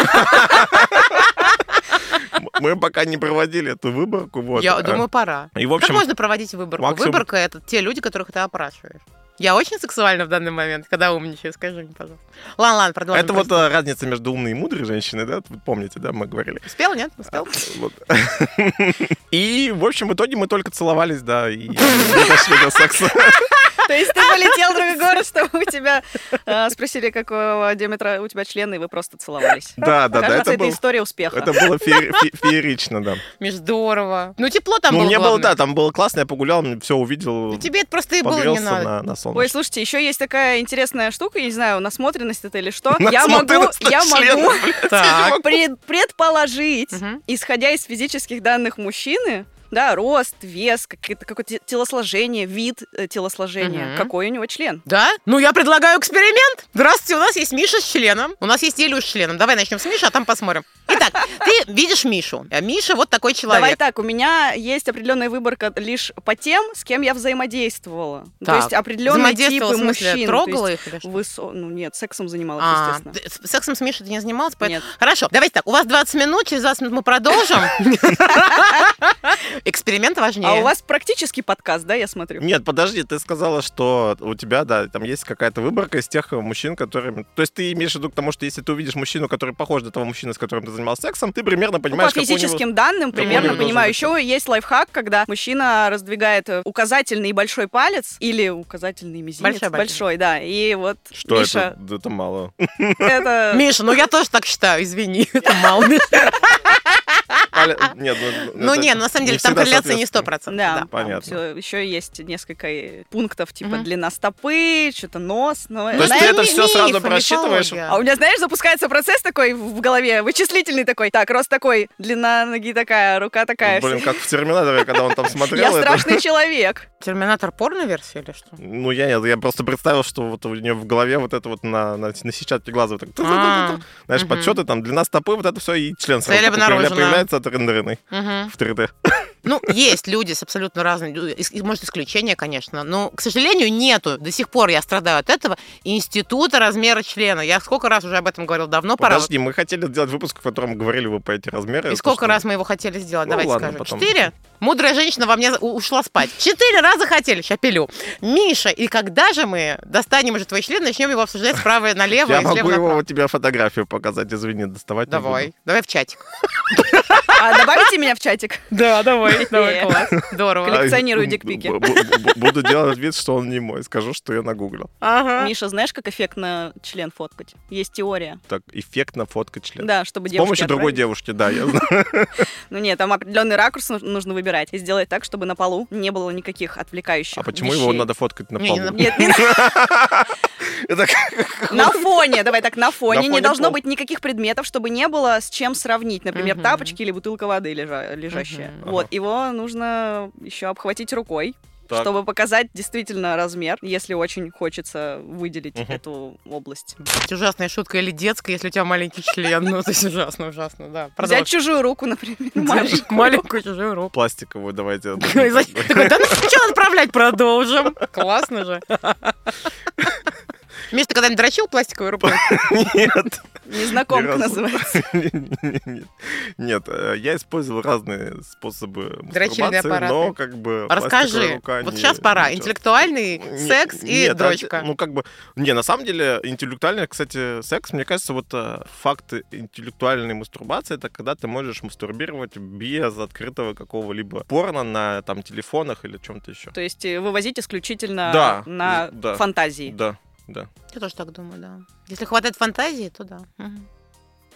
Speaker 2: Мы пока не проводили эту выборку. Вот.
Speaker 1: Я
Speaker 2: А,
Speaker 1: думаю, пора.
Speaker 2: И, в общем,
Speaker 1: как можно проводить выборку?
Speaker 2: максимум-
Speaker 1: Выборка это те люди, которых ты опрашиваешь. Я очень сексуальна в данный момент, когда умничаю, скажи мне, пожалуйста. Ладно, ладно, продолжим.
Speaker 2: это вот а, разница между умной и мудрой женщиной, да? Вы помните, да, мы говорили.
Speaker 1: Успел, нет? Успел?
Speaker 2: Вот. И, в общем, в итоге мы только целовались, да, и не дошли до секса.
Speaker 3: То есть ты полетел в другой город, чтобы у тебя э, спросили, какого диаметра у тебя члены, и вы просто целовались.
Speaker 2: Да, да, да,
Speaker 3: Кажется,
Speaker 2: это
Speaker 3: это
Speaker 2: было...
Speaker 3: история успеха.
Speaker 2: Это было феер- фе- феерично, да.
Speaker 1: Меж здорово. Ну, тепло там
Speaker 2: ну,
Speaker 1: было.
Speaker 2: мне было,
Speaker 1: главное.
Speaker 2: да, там было классно, я погулял, все увидел,
Speaker 1: Ну, Тебе это просто и было не
Speaker 2: погрелся
Speaker 1: надо.
Speaker 2: на, на солнце.
Speaker 3: Ой, слушайте, еще есть такая интересная штука, я не знаю, насмотренность это или что. Я могу,
Speaker 2: Насмотрелась на
Speaker 3: я
Speaker 2: члены,
Speaker 3: могу
Speaker 1: Так.
Speaker 3: пред- предположить,
Speaker 1: Мгм.
Speaker 3: исходя из физических данных мужчины, да, рост, вес, какие-то- какое-то телосложение, вид э, телосложения,
Speaker 1: Мгм.
Speaker 3: какой у него член.
Speaker 1: Да? Ну, я предлагаю эксперимент. Здравствуйте, у нас есть Миша с членом. У нас есть Илюш с членом. Давай начнем с Миши, а там посмотрим. Итак, ты видишь Мишу. А Миша вот такой
Speaker 3: Давай
Speaker 1: человек.
Speaker 3: так, у меня есть определенная выборка лишь по тем, с кем я взаимодействовала.
Speaker 1: Так.
Speaker 3: То есть определенные типы
Speaker 1: Взаимодействовала, в смысле,
Speaker 3: мужчин.
Speaker 1: трогала
Speaker 3: то есть
Speaker 1: их или что?
Speaker 3: высо- Ну нет, сексом занималась,
Speaker 1: А,
Speaker 3: естественно.
Speaker 1: ты- с- сексом с Мишей ты не занималась, поэтому...
Speaker 3: Нет. А
Speaker 1: Хорошо, давайте так, у вас 20 минут, через 20 минут мы продолжим. Эксперимент важнее.
Speaker 3: А у вас практически подкаст, да, я смотрю? Ну,
Speaker 2: Нет, подожди, ты сказала, что у тебя, да, там есть какая-то выборка из тех э, мужчин, которыми... То есть ты имеешь в виду к тому, что если ты увидишь мужчину, который похож на того мужчины, с которым ты занимался сексом, ты примерно
Speaker 3: Ну, по
Speaker 2: понимаешь, какой у него-
Speaker 3: физическим данным
Speaker 2: какой у
Speaker 3: примерно
Speaker 2: него должен
Speaker 3: понимаю.
Speaker 2: быть.
Speaker 3: Еще есть лайфхак, когда мужчина раздвигает э, указательный и большой палец или указательный и мизинец.
Speaker 1: Большой палец.
Speaker 3: большой, да. И вот
Speaker 2: Что
Speaker 3: Миша,
Speaker 2: это? Да это мало.
Speaker 3: это...
Speaker 1: Миша, ну я тоже так считаю, извини, это мало.
Speaker 2: Ну, Паля- Нет,
Speaker 1: Ну
Speaker 2: это
Speaker 1: не, на самом деле, там
Speaker 2: всегда
Speaker 1: корреляция не
Speaker 2: соответствует.
Speaker 1: 100%.
Speaker 3: Да,
Speaker 2: понятно.
Speaker 3: еще есть несколько э, пунктов, типа
Speaker 1: Мгм.
Speaker 3: длина стопы, что-то нос, но...
Speaker 2: То есть
Speaker 1: Да,
Speaker 2: ты это
Speaker 1: ми-
Speaker 2: всё сразу
Speaker 1: миф,
Speaker 2: просчитываешь?
Speaker 1: мифология.
Speaker 3: А у меня, знаешь, запускается процесс такой в голове, вычислительный такой. Так, рост такой, длина ноги такая, рука такая.
Speaker 2: Блин, как в «Терминаторе», когда он там
Speaker 3: Я
Speaker 2: смотрел это.
Speaker 3: страшный человек.
Speaker 1: Терминатор порно-версия или что?
Speaker 2: Ну, я нет, я просто представил, что вот у нее в голове вот это вот на, на, на сетчатке глаза вот так.
Speaker 1: А,
Speaker 2: Знаешь,
Speaker 1: мгм.
Speaker 2: подсчеты там, длина стопы, вот это все и член сразу
Speaker 1: Цель
Speaker 2: такой появля-
Speaker 1: обнаружена.
Speaker 2: появляется отрендеренный
Speaker 1: мгм.
Speaker 2: в 3D.
Speaker 1: Ну, есть люди с абсолютно разными, лю- ис- и, может, исключения, конечно, но, к сожалению, нету, до сих пор я страдаю от этого, института размера члена. Я сколько раз уже об этом говорил, давно Ну, пора.
Speaker 2: Подожди, мы хотели сделать выпуск, в котором говорили вы по эти размеры.
Speaker 1: И сколько раз мы его хотели сделать?
Speaker 2: Ну,
Speaker 1: Давайте
Speaker 2: ладно,
Speaker 1: скажем.
Speaker 2: потом.
Speaker 1: Четыре? Мудрая женщина во мне у- ушла спать. Четыре раза хотели, сейчас пилю. Миша, и когда же мы достанем уже твой член, начнем его обсуждать справа налево и
Speaker 2: Я
Speaker 1: слева
Speaker 2: могу его,
Speaker 1: направо?
Speaker 2: вот тебе фотографию показать, извини, доставать не
Speaker 1: Давай,
Speaker 2: буду.
Speaker 1: давай в чатик.
Speaker 3: А добавите меня в чатик.
Speaker 1: Да, давай,
Speaker 3: давай, класс.
Speaker 1: Здорово.
Speaker 3: Клик. Коллекционирую
Speaker 2: Ай,
Speaker 3: дикпики.
Speaker 2: б- б- б- Буду делать вид, что он не мой. Скажу, что я нагуглил.
Speaker 1: Ага.
Speaker 3: Миша, знаешь, как эффектно член фоткать? Есть теория.
Speaker 2: Так, эффектно фоткать член.
Speaker 3: Да, чтобы
Speaker 2: С
Speaker 3: девушке
Speaker 2: помощью другой
Speaker 3: отправить.
Speaker 2: девушки, да, я знаю.
Speaker 3: Ну нет, там определенный ракурс ну- нужно выбирать и сделать так, чтобы на полу не было никаких отвлекающих
Speaker 2: А почему его
Speaker 3: вещей.
Speaker 2: надо фоткать на
Speaker 1: Не, не
Speaker 2: полу?
Speaker 1: на-
Speaker 3: Нет, не на-
Speaker 2: Это
Speaker 3: на фоне, давай так, на фоне. Не
Speaker 2: фоне
Speaker 3: должно
Speaker 2: пола.
Speaker 3: быть никаких предметов, чтобы не было с чем сравнить. Например,
Speaker 1: Мгм.
Speaker 3: тапочки или бутылка воды лежа- лежащая.
Speaker 1: Мгм.
Speaker 3: Вот, его нужно еще обхватить рукой.
Speaker 2: Так.
Speaker 3: чтобы показать действительно размер, если очень хочется выделить
Speaker 2: Мгм.
Speaker 3: эту область.
Speaker 1: Блядь, Ужасная шутка или детская, если у тебя маленький член. Ну, то есть ужасно, ужасно, да.
Speaker 3: Взять чужую руку, например,
Speaker 1: Продолжим.
Speaker 3: Маш.
Speaker 1: Маленькую чужую руку.
Speaker 2: Пластиковую давайте.
Speaker 1: Такой, да ну что отправлять, продолжим. Классно же. Миш, ты когда-нибудь дрочил пластиковой рукой?
Speaker 2: Нет.
Speaker 3: Незнакомка
Speaker 2: Ни разу.
Speaker 3: называется.
Speaker 2: Нет. Нет, э, я использовал разные способы
Speaker 1: Дрочильные
Speaker 2: мастурбации, но
Speaker 1: аппараты.
Speaker 2: как бы пластиковая
Speaker 1: Расскажи.
Speaker 2: рука
Speaker 1: Вот
Speaker 2: не-
Speaker 1: сейчас пора.
Speaker 2: ничего.
Speaker 1: Интеллектуальный
Speaker 2: Не-
Speaker 1: секс и
Speaker 2: нет, а,
Speaker 1: дрочка.
Speaker 2: Ну, как бы... Не, на самом деле, интеллектуальный, кстати, секс, мне кажется, вот э, факт интеллектуальной мастурбации, это когда ты можешь мастурбировать без открытого какого-либо порно на там телефонах или чем-то еще.
Speaker 3: То есть э, вывозить исключительно
Speaker 2: Да,
Speaker 3: на
Speaker 2: м, да.
Speaker 3: фантазии.
Speaker 2: Да, да.
Speaker 1: Я тоже так думаю, да. Если хватает фантазии, то да. Мгм.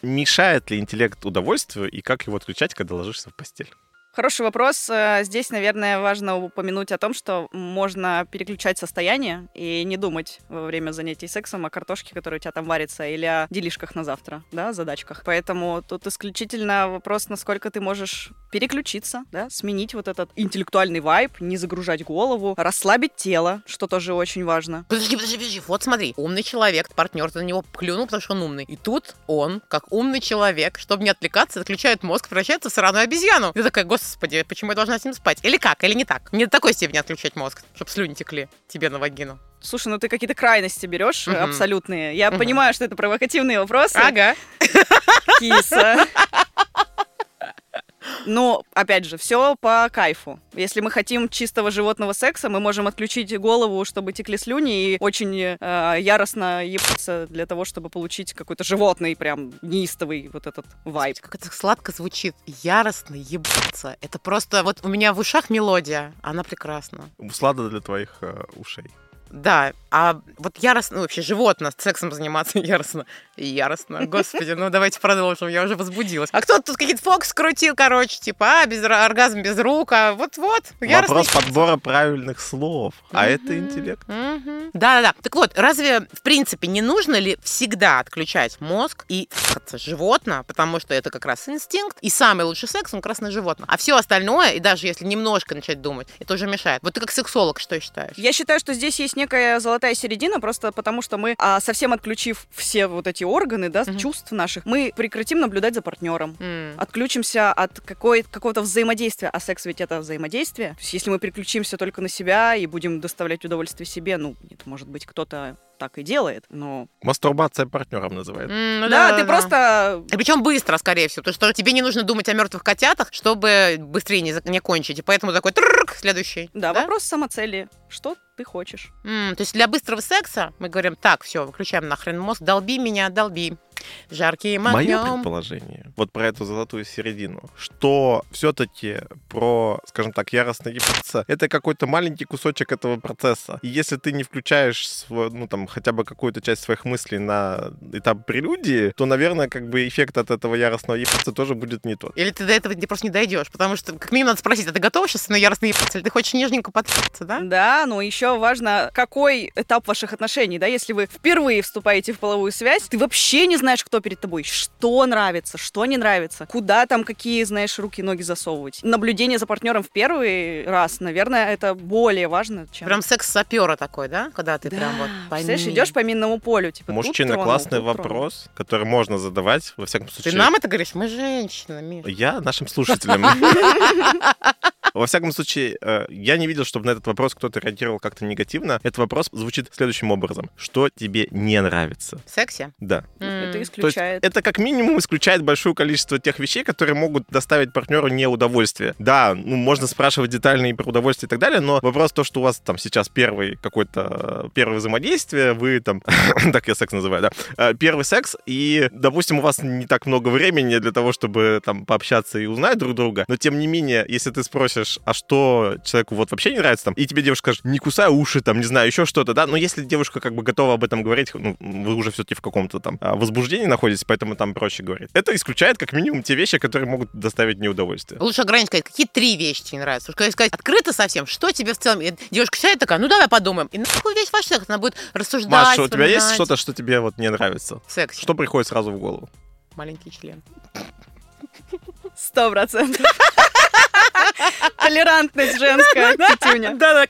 Speaker 2: Мешает ли интеллект удовольствию и как его отключать, когда ложишься в постель?
Speaker 3: Хороший вопрос. Э, Здесь, наверное, важно упомянуть о том, что можно переключать состояние и не думать во время занятий сексом о картошке, которая у тебя там варится, или о делишках на завтра, да, задачках. Поэтому тут исключительно вопрос, насколько ты можешь переключиться, да, сменить вот этот интеллектуальный вайб, не загружать голову, расслабить тело, что тоже очень важно.
Speaker 1: Подожди, подожди, подожди. Вот смотри, умный человек, партнер на него плюнул, потому что он умный. И тут он, как умный человек, чтобы не отвлекаться, отключает мозг, превращается в сраную обезьяну. Ты такая, господи, почему я должна с ним спать? Или как, или не так? Не до такой степени отключать мозг, чтобы слюни текли тебе на вагину.
Speaker 3: Слушай, ну ты какие-то крайности берешь э,
Speaker 1: Мгм.
Speaker 3: абсолютные. Я
Speaker 1: Мгм.
Speaker 3: понимаю, что это провокативные вопросы.
Speaker 1: Ага.
Speaker 3: Киса. Но, Ну, опять же, все по кайфу. Если мы хотим чистого животного секса, мы можем отключить голову, чтобы текли слюни, и очень э, яростно ебаться для того, чтобы получить какой-то животный, прям неистовый вот этот вайб.
Speaker 1: Как это сладко звучит. Яростно ебаться. Это просто... Вот у меня в ушах мелодия. Она прекрасна.
Speaker 2: Услада для твоих э, ушей.
Speaker 1: Да, а вот яростно, ну, вообще животно, с сексом заниматься яростно. Яростно, господи, ну давайте продолжим, я уже возбудилась. А кто тут какие-то фокс крутил, короче, типа, а, без, ра- оргазм без рук, а вот-вот, яростно.
Speaker 2: Вопрос подбора правильных слов. А это интеллект.
Speaker 1: Да-да-да. Так вот, разве, в принципе, не нужно ли всегда отключать мозг и ф***ться животное, потому что это как раз инстинкт, и самый лучший секс, он как раз на животное. А все остальное, и даже если немножко начать думать, это уже мешает. Вот ты как сексолог что считаешь?
Speaker 3: Я считаю, что здесь есть некая золотая середина, просто потому что мы, а, совсем отключив все вот эти органы, да,
Speaker 1: Мгм.
Speaker 3: чувств наших, мы прекратим наблюдать за партнером.
Speaker 1: М.
Speaker 3: отключимся от какой, какого-то взаимодействия, а секс ведь это взаимодействие. То есть если мы переключимся только на себя и будем доставлять удовольствие себе, ну, нет, может быть, кто-то так и делает, но...
Speaker 2: Мастурбация партнером называется.
Speaker 1: М, ну
Speaker 3: да,
Speaker 1: да-да-да.
Speaker 3: ты просто...
Speaker 1: И причем быстро, скорее всего, потому что тебе не нужно думать о мертвых котятах, чтобы быстрее не, зак- не кончить. И поэтому такой тррррк, следующий.
Speaker 3: Да, вопрос самоцели. Что ты хочешь?
Speaker 1: М, то есть для быстрого секса мы говорим, так, все, выключаем нахрен мозг, долби меня, долби. Жарким
Speaker 2: Мое
Speaker 1: огнем.
Speaker 2: предположение, вот про эту золотую середину, что все-таки про, скажем так, яростно ебаться, это какой-то маленький кусочек этого процесса. И если ты не включаешь, св- ну, там, хотя бы какую-то часть своих мыслей на этап прелюдии, то, наверное, как бы эффект от этого яростного ебаться тоже будет не тот.
Speaker 1: Или ты до этого не- просто не дойдешь, потому что как минимум надо спросить, а ты готова сейчас на яростный ебаться? Или ты хочешь нежненько подпиться, да?
Speaker 3: Да, но еще важно, какой этап ваших отношений, да, если вы впервые вступаете в половую связь, ты вообще не знаешь, кто перед тобой, что нравится, что не нравится, куда там какие, знаешь, руки и ноги засовывать. Наблюдение за партнером в первый раз, наверное, это более важно, чем...
Speaker 1: Прям секс сапера такой, да? Когда ты
Speaker 3: Да,
Speaker 1: прям вот
Speaker 3: Представляешь,
Speaker 1: пойми.
Speaker 3: идешь по минному полю, типа, тут
Speaker 2: Мужчина,
Speaker 3: тронул,
Speaker 2: классный
Speaker 3: тут тронул.
Speaker 2: вопрос, который можно задавать, во всяком
Speaker 1: Ты
Speaker 2: случае.
Speaker 1: нам это говоришь? Мы женщины, Миш.
Speaker 2: Я нашим слушателям. Во всяком случае, э, я не видел, чтобы на этот вопрос кто-то реагировал как-то негативно. Этот вопрос звучит следующим образом. Что тебе не нравится?
Speaker 1: В сексе?
Speaker 2: Да.
Speaker 1: М.
Speaker 3: Это
Speaker 2: То есть
Speaker 3: исключает.
Speaker 2: это как минимум исключает большое количество тех вещей, которые могут доставить партнеру неудовольствие. Да, ну, можно спрашивать детально и про удовольствие и так далее, но вопрос то, что у вас там сейчас первый какой-то э, первое взаимодействие, вы там, так я секс называю, да, э, первый секс, и, допустим, у вас не так много времени для того, чтобы там пообщаться и узнать друг друга, но тем не менее, если ты спросишь, а что человеку вот вообще не нравится там, и тебе девушка скажет, не кусай уши, там, не знаю, еще что-то, да, но если девушка как бы готова об этом говорить, ну, вы уже все-таки в каком-то там а, возбуждении находитесь, поэтому там проще говорить. Это исключает как минимум те вещи, которые могут доставить неудовольствие.
Speaker 1: Лучше ограничить, сказать, какие три вещи тебе не нравятся. Потому что если сказать открыто совсем, что тебе в целом... И девушка сядет такая, ну давай подумаем. И нахуй весь ваш секс, она будет рассуждать,
Speaker 2: Маша, у тебя есть
Speaker 1: вспоминать.
Speaker 2: что-то, что тебе вот не нравится?
Speaker 1: Секс.
Speaker 2: Что приходит сразу в голову?
Speaker 1: Маленький член.
Speaker 3: Сто процентов. Плюс толерантность женская, Петюня.
Speaker 1: Да-да.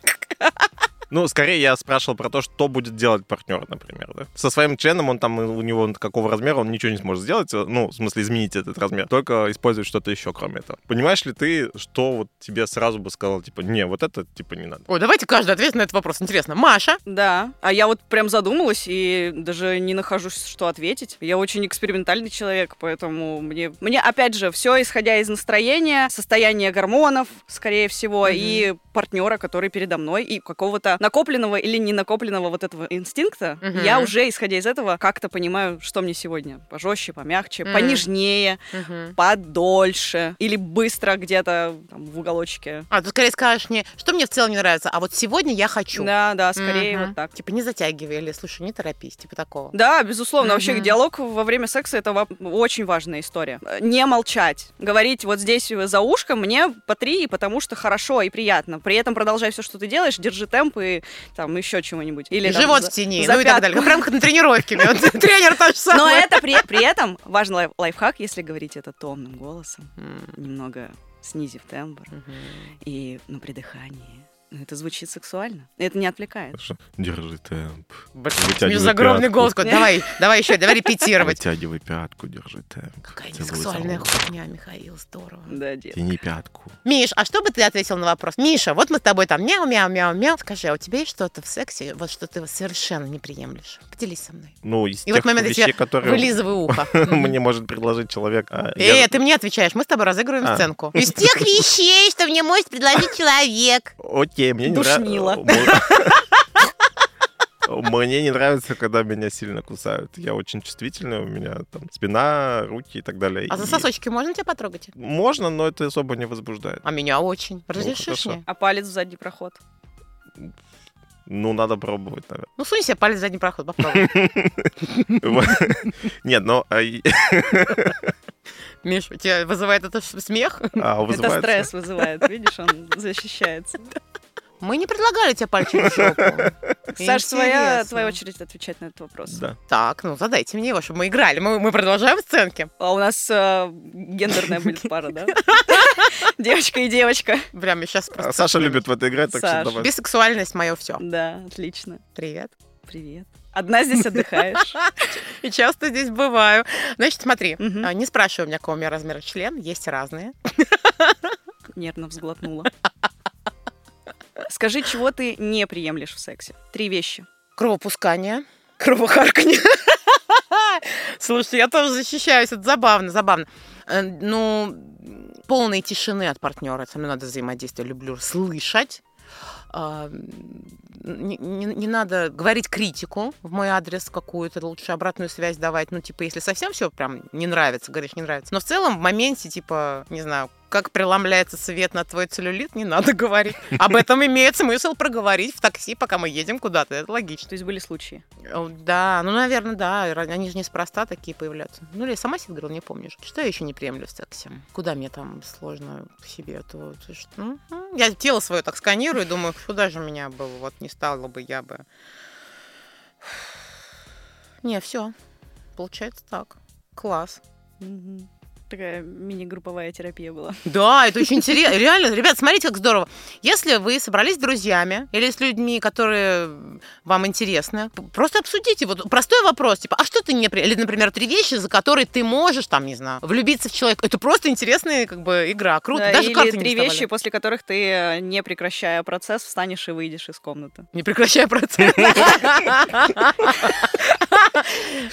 Speaker 2: Ну, скорее я спрашивал про то, что будет делать партнер, например, да. Со своим членом он там, у него он какого размера, он ничего не сможет сделать, ну, в смысле изменить этот размер, только использовать что-то еще, кроме этого. Понимаешь ли ты, что вот тебе сразу бы сказал, типа, не, вот это, типа, не надо.
Speaker 1: Ой, давайте каждый ответит на этот вопрос. Интересно. Маша,
Speaker 3: Да, а я вот прям задумалась и даже не нахожу, что ответить. Я очень экспериментальный человек, поэтому мне, мне опять же, все исходя из настроения, состояния гормонов, скорее всего,
Speaker 1: Мгм.
Speaker 3: и партнера, который передо мной, и какого-то накопленного или не накопленного вот этого инстинкта,
Speaker 1: Мгм.
Speaker 3: я уже, исходя из этого, как-то понимаю, что мне сегодня пожестче, помягче,
Speaker 1: М.
Speaker 3: понежнее, подольше или быстро где-то там, в уголочке.
Speaker 1: А, ты скорее скажешь мне, что мне в целом не нравится, а вот сегодня я хочу.
Speaker 3: Да, да, скорее
Speaker 1: Мгм.
Speaker 3: вот так.
Speaker 1: Типа не затягивай или, слушай, не торопись, типа такого.
Speaker 3: Да, безусловно. Вообще
Speaker 1: Мгм.
Speaker 3: диалог во время секса это во- очень важная история. Э, Не молчать. Говорить вот здесь за ушком мне по три, потому что хорошо и приятно. При этом продолжай все, что ты делаешь, держи темп и там еще чего-нибудь. Или
Speaker 1: И
Speaker 3: там
Speaker 1: живот
Speaker 3: за-
Speaker 1: в тени,
Speaker 3: за
Speaker 1: ну и так
Speaker 3: пятку.
Speaker 1: далее. Как Прям как на тренировке. Вот Тренер тоже
Speaker 3: Но
Speaker 1: самое.
Speaker 3: это при, при этом важный лайф- лайфхак, если говорить это томным голосом,
Speaker 1: М,
Speaker 3: немного снизив тембр
Speaker 1: мгм.
Speaker 3: и на придыхании. Ну, Это звучит сексуально. Это не отвлекает.
Speaker 2: Хорошо. Держи темп,
Speaker 1: Блин,
Speaker 2: Вытягивай
Speaker 1: у меня загробный
Speaker 2: пятку.
Speaker 1: голос. говорит, Давай, давай еще, давай репетировать.
Speaker 2: вытягивай пятку, держи темп.
Speaker 1: Какая
Speaker 2: Целуй за
Speaker 1: сексуальная
Speaker 2: ухо.
Speaker 1: хуйня, Михаил, здорово.
Speaker 3: Да, дед.
Speaker 2: Тяни пятку.
Speaker 1: Миш, а что бы ты ответил на вопрос? Миша, вот мы с тобой там мяу-мяу-мяу-мяу. Скажи, а у тебя есть что-то в сексе, вот что ты совершенно не приемлешь? Поделись со мной.
Speaker 2: Ну, из
Speaker 1: И вот
Speaker 2: тех
Speaker 1: момент, я
Speaker 2: вещей, которые
Speaker 1: Вылизывай ухо.
Speaker 2: мне может предложить человек. а, я-
Speaker 1: Э, ты мне отвечаешь, мы с тобой разыгрываем
Speaker 2: А.
Speaker 1: сценку. Из тех вещей, что мне может предложить человек.
Speaker 2: Окей, мне не
Speaker 3: Душнило.
Speaker 2: нравится. Мне не нравится, когда меня сильно кусают. Я очень чувствительный, у меня там спина, руки и так далее.
Speaker 1: А за
Speaker 2: И
Speaker 1: сосочки можно тебя потрогать?
Speaker 2: Можно, но это особо не возбуждает.
Speaker 1: А меня очень. Разрешишь
Speaker 2: хорошо.
Speaker 1: мне?
Speaker 3: А палец в задний проход.
Speaker 2: Ну, надо пробовать, наверное.
Speaker 1: Ну, сунь себе палец в задний проход, попробуй.
Speaker 2: Нет, но а, и-
Speaker 1: Миш, у тебя вызывает это ш- смех?
Speaker 2: а,
Speaker 3: Это
Speaker 2: вызывает-
Speaker 3: стресс вызывает. Видишь, он защищается.
Speaker 1: Мы не предлагали тебе пальчик в щеку.
Speaker 3: Саш, твоя,
Speaker 1: Интересно.
Speaker 3: твоя очередь отвечать на этот вопрос.
Speaker 2: Да.
Speaker 1: Так, ну задайте мне его, чтобы мы играли. Мы, мы продолжаем сценки.
Speaker 3: А у нас э, гендерная будет пара, да? Девочка и девочка.
Speaker 1: Прям я сейчас
Speaker 2: А
Speaker 1: просто...
Speaker 2: Саша любит в это играть, так
Speaker 3: Саша.
Speaker 2: что давай.
Speaker 1: Бисексуальность мое все.
Speaker 3: Да, отлично.
Speaker 1: Привет.
Speaker 3: Привет. Одна здесь отдыхаешь.
Speaker 1: И часто здесь бываю. Значит, смотри,
Speaker 3: Мгм.
Speaker 1: а, не спрашивай у меня, какого у меня размера член, есть разные.
Speaker 3: Нервно взглотнула. Скажи, чего ты не приемлешь в сексе? Три вещи.
Speaker 1: Кровопускание. Кровохарканье. Слушай, я тоже защищаюсь, это забавно, забавно. Э, Ну, полной тишины от партнера. Со мной надо взаимодействие, люблю слышать. А, Не, не- не надо говорить критику в мой адрес какую-то, лучше обратную связь давать. Ну, типа, если совсем все прям не нравится, говоришь, не нравится. Но в целом в моменте, типа, не знаю, как преломляется свет на твой целлюлит, не надо говорить. Об этом имеет смысл проговорить в такси, пока мы едем куда-то. Это логично.
Speaker 3: То есть были случаи.
Speaker 1: О, Да, ну, наверное, да. Ра- Они же неспроста такие появляются. Ну, или я сама себе говорила, не помнишь. Что я еще не приемлю в сексе? Куда мне там сложно в себе? это вот, ш- ну, м, я тело свое так сканирую, думаю, куда же меня бы вот не стало бы, я бы... Не, все. Получается так. Класс.
Speaker 3: Мгм. Такая мини-групповая терапия была.
Speaker 1: Да, это очень интересно. Реально, ребят, смотрите, как здорово. Если вы собрались с друзьями или с людьми, которые вам интересны, п- просто обсудите. Вот простой вопрос, типа, а что ты не... при- Или, например, три вещи, за которые ты можешь, там, не знаю, влюбиться в человека. Это просто интересная, как бы, игра. Круто.
Speaker 3: Да,
Speaker 1: Даже
Speaker 3: Или
Speaker 1: карты
Speaker 3: три
Speaker 1: не доставали.
Speaker 3: вещи, после которых ты, э, не прекращая процесс, встанешь и выйдешь из комнаты.
Speaker 1: Не прекращай процесс.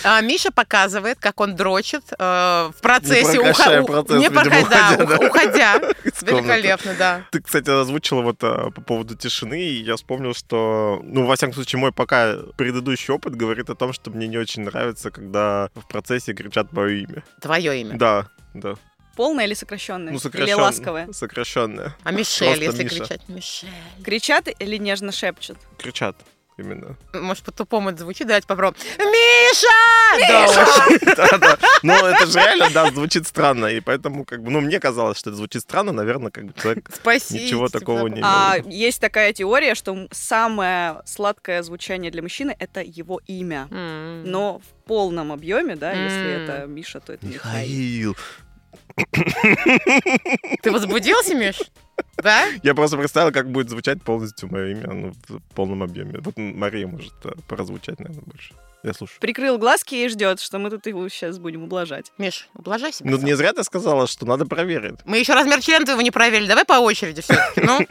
Speaker 1: А, Миша показывает, как он дрочит э, в процессе
Speaker 2: прекращая
Speaker 1: уха- у-
Speaker 2: процесс,
Speaker 1: не
Speaker 2: видимо,
Speaker 1: прокра- да,
Speaker 2: уходя,
Speaker 1: ух- уходя.
Speaker 2: Из комнаты.
Speaker 1: Великолепно, да.
Speaker 2: Ты, кстати, озвучила вот а, по поводу тишины, и я вспомнил, что, ну, во всяком случае, мой пока предыдущий опыт говорит о том, что мне не очень нравится, когда в процессе кричат мое имя.
Speaker 1: Твое имя.
Speaker 2: Да, да.
Speaker 3: Полное или сокращенное?
Speaker 2: Ну,
Speaker 3: Или
Speaker 2: сокращенное.
Speaker 3: ласковое?
Speaker 2: Сокращенное.
Speaker 1: А Мишель,
Speaker 2: Просто
Speaker 1: если
Speaker 2: Миша.
Speaker 1: кричать Мишель.
Speaker 3: Кричат или нежно шепчут?
Speaker 2: Кричат именно.
Speaker 1: Может, по-тупому это звучит, давайте попробуем. Миша! Да, очень.
Speaker 2: Да-да. Но Ну, это же реально, да, звучит странно, и поэтому, как бы, ну, мне казалось, что это звучит странно, наверное, как бы человек...
Speaker 1: Спасибо.
Speaker 2: Ничего такого не
Speaker 3: А есть такая теория, что м- самое сладкое звучание для мужчины это его имя.
Speaker 1: Но
Speaker 3: Но в полном объеме, да, если
Speaker 1: М.
Speaker 3: это Миша, то это Михаил.
Speaker 2: Михаил.
Speaker 1: ты возбудился, Миш? Да?
Speaker 2: Я просто представил, как будет звучать полностью мое имя ну, в полном объеме. Вот Мария может да, прозвучать, наверное, больше. Я слушаю.
Speaker 3: Прикрыл глазки и ждет, что мы тут его сейчас будем ублажать.
Speaker 1: Миш, ублажай себя.
Speaker 2: Ну,
Speaker 1: сам.
Speaker 2: не зря ты сказала, что надо проверить.
Speaker 1: Мы еще размер члена твоего не проверили. Давай по очереди все-таки. Ну,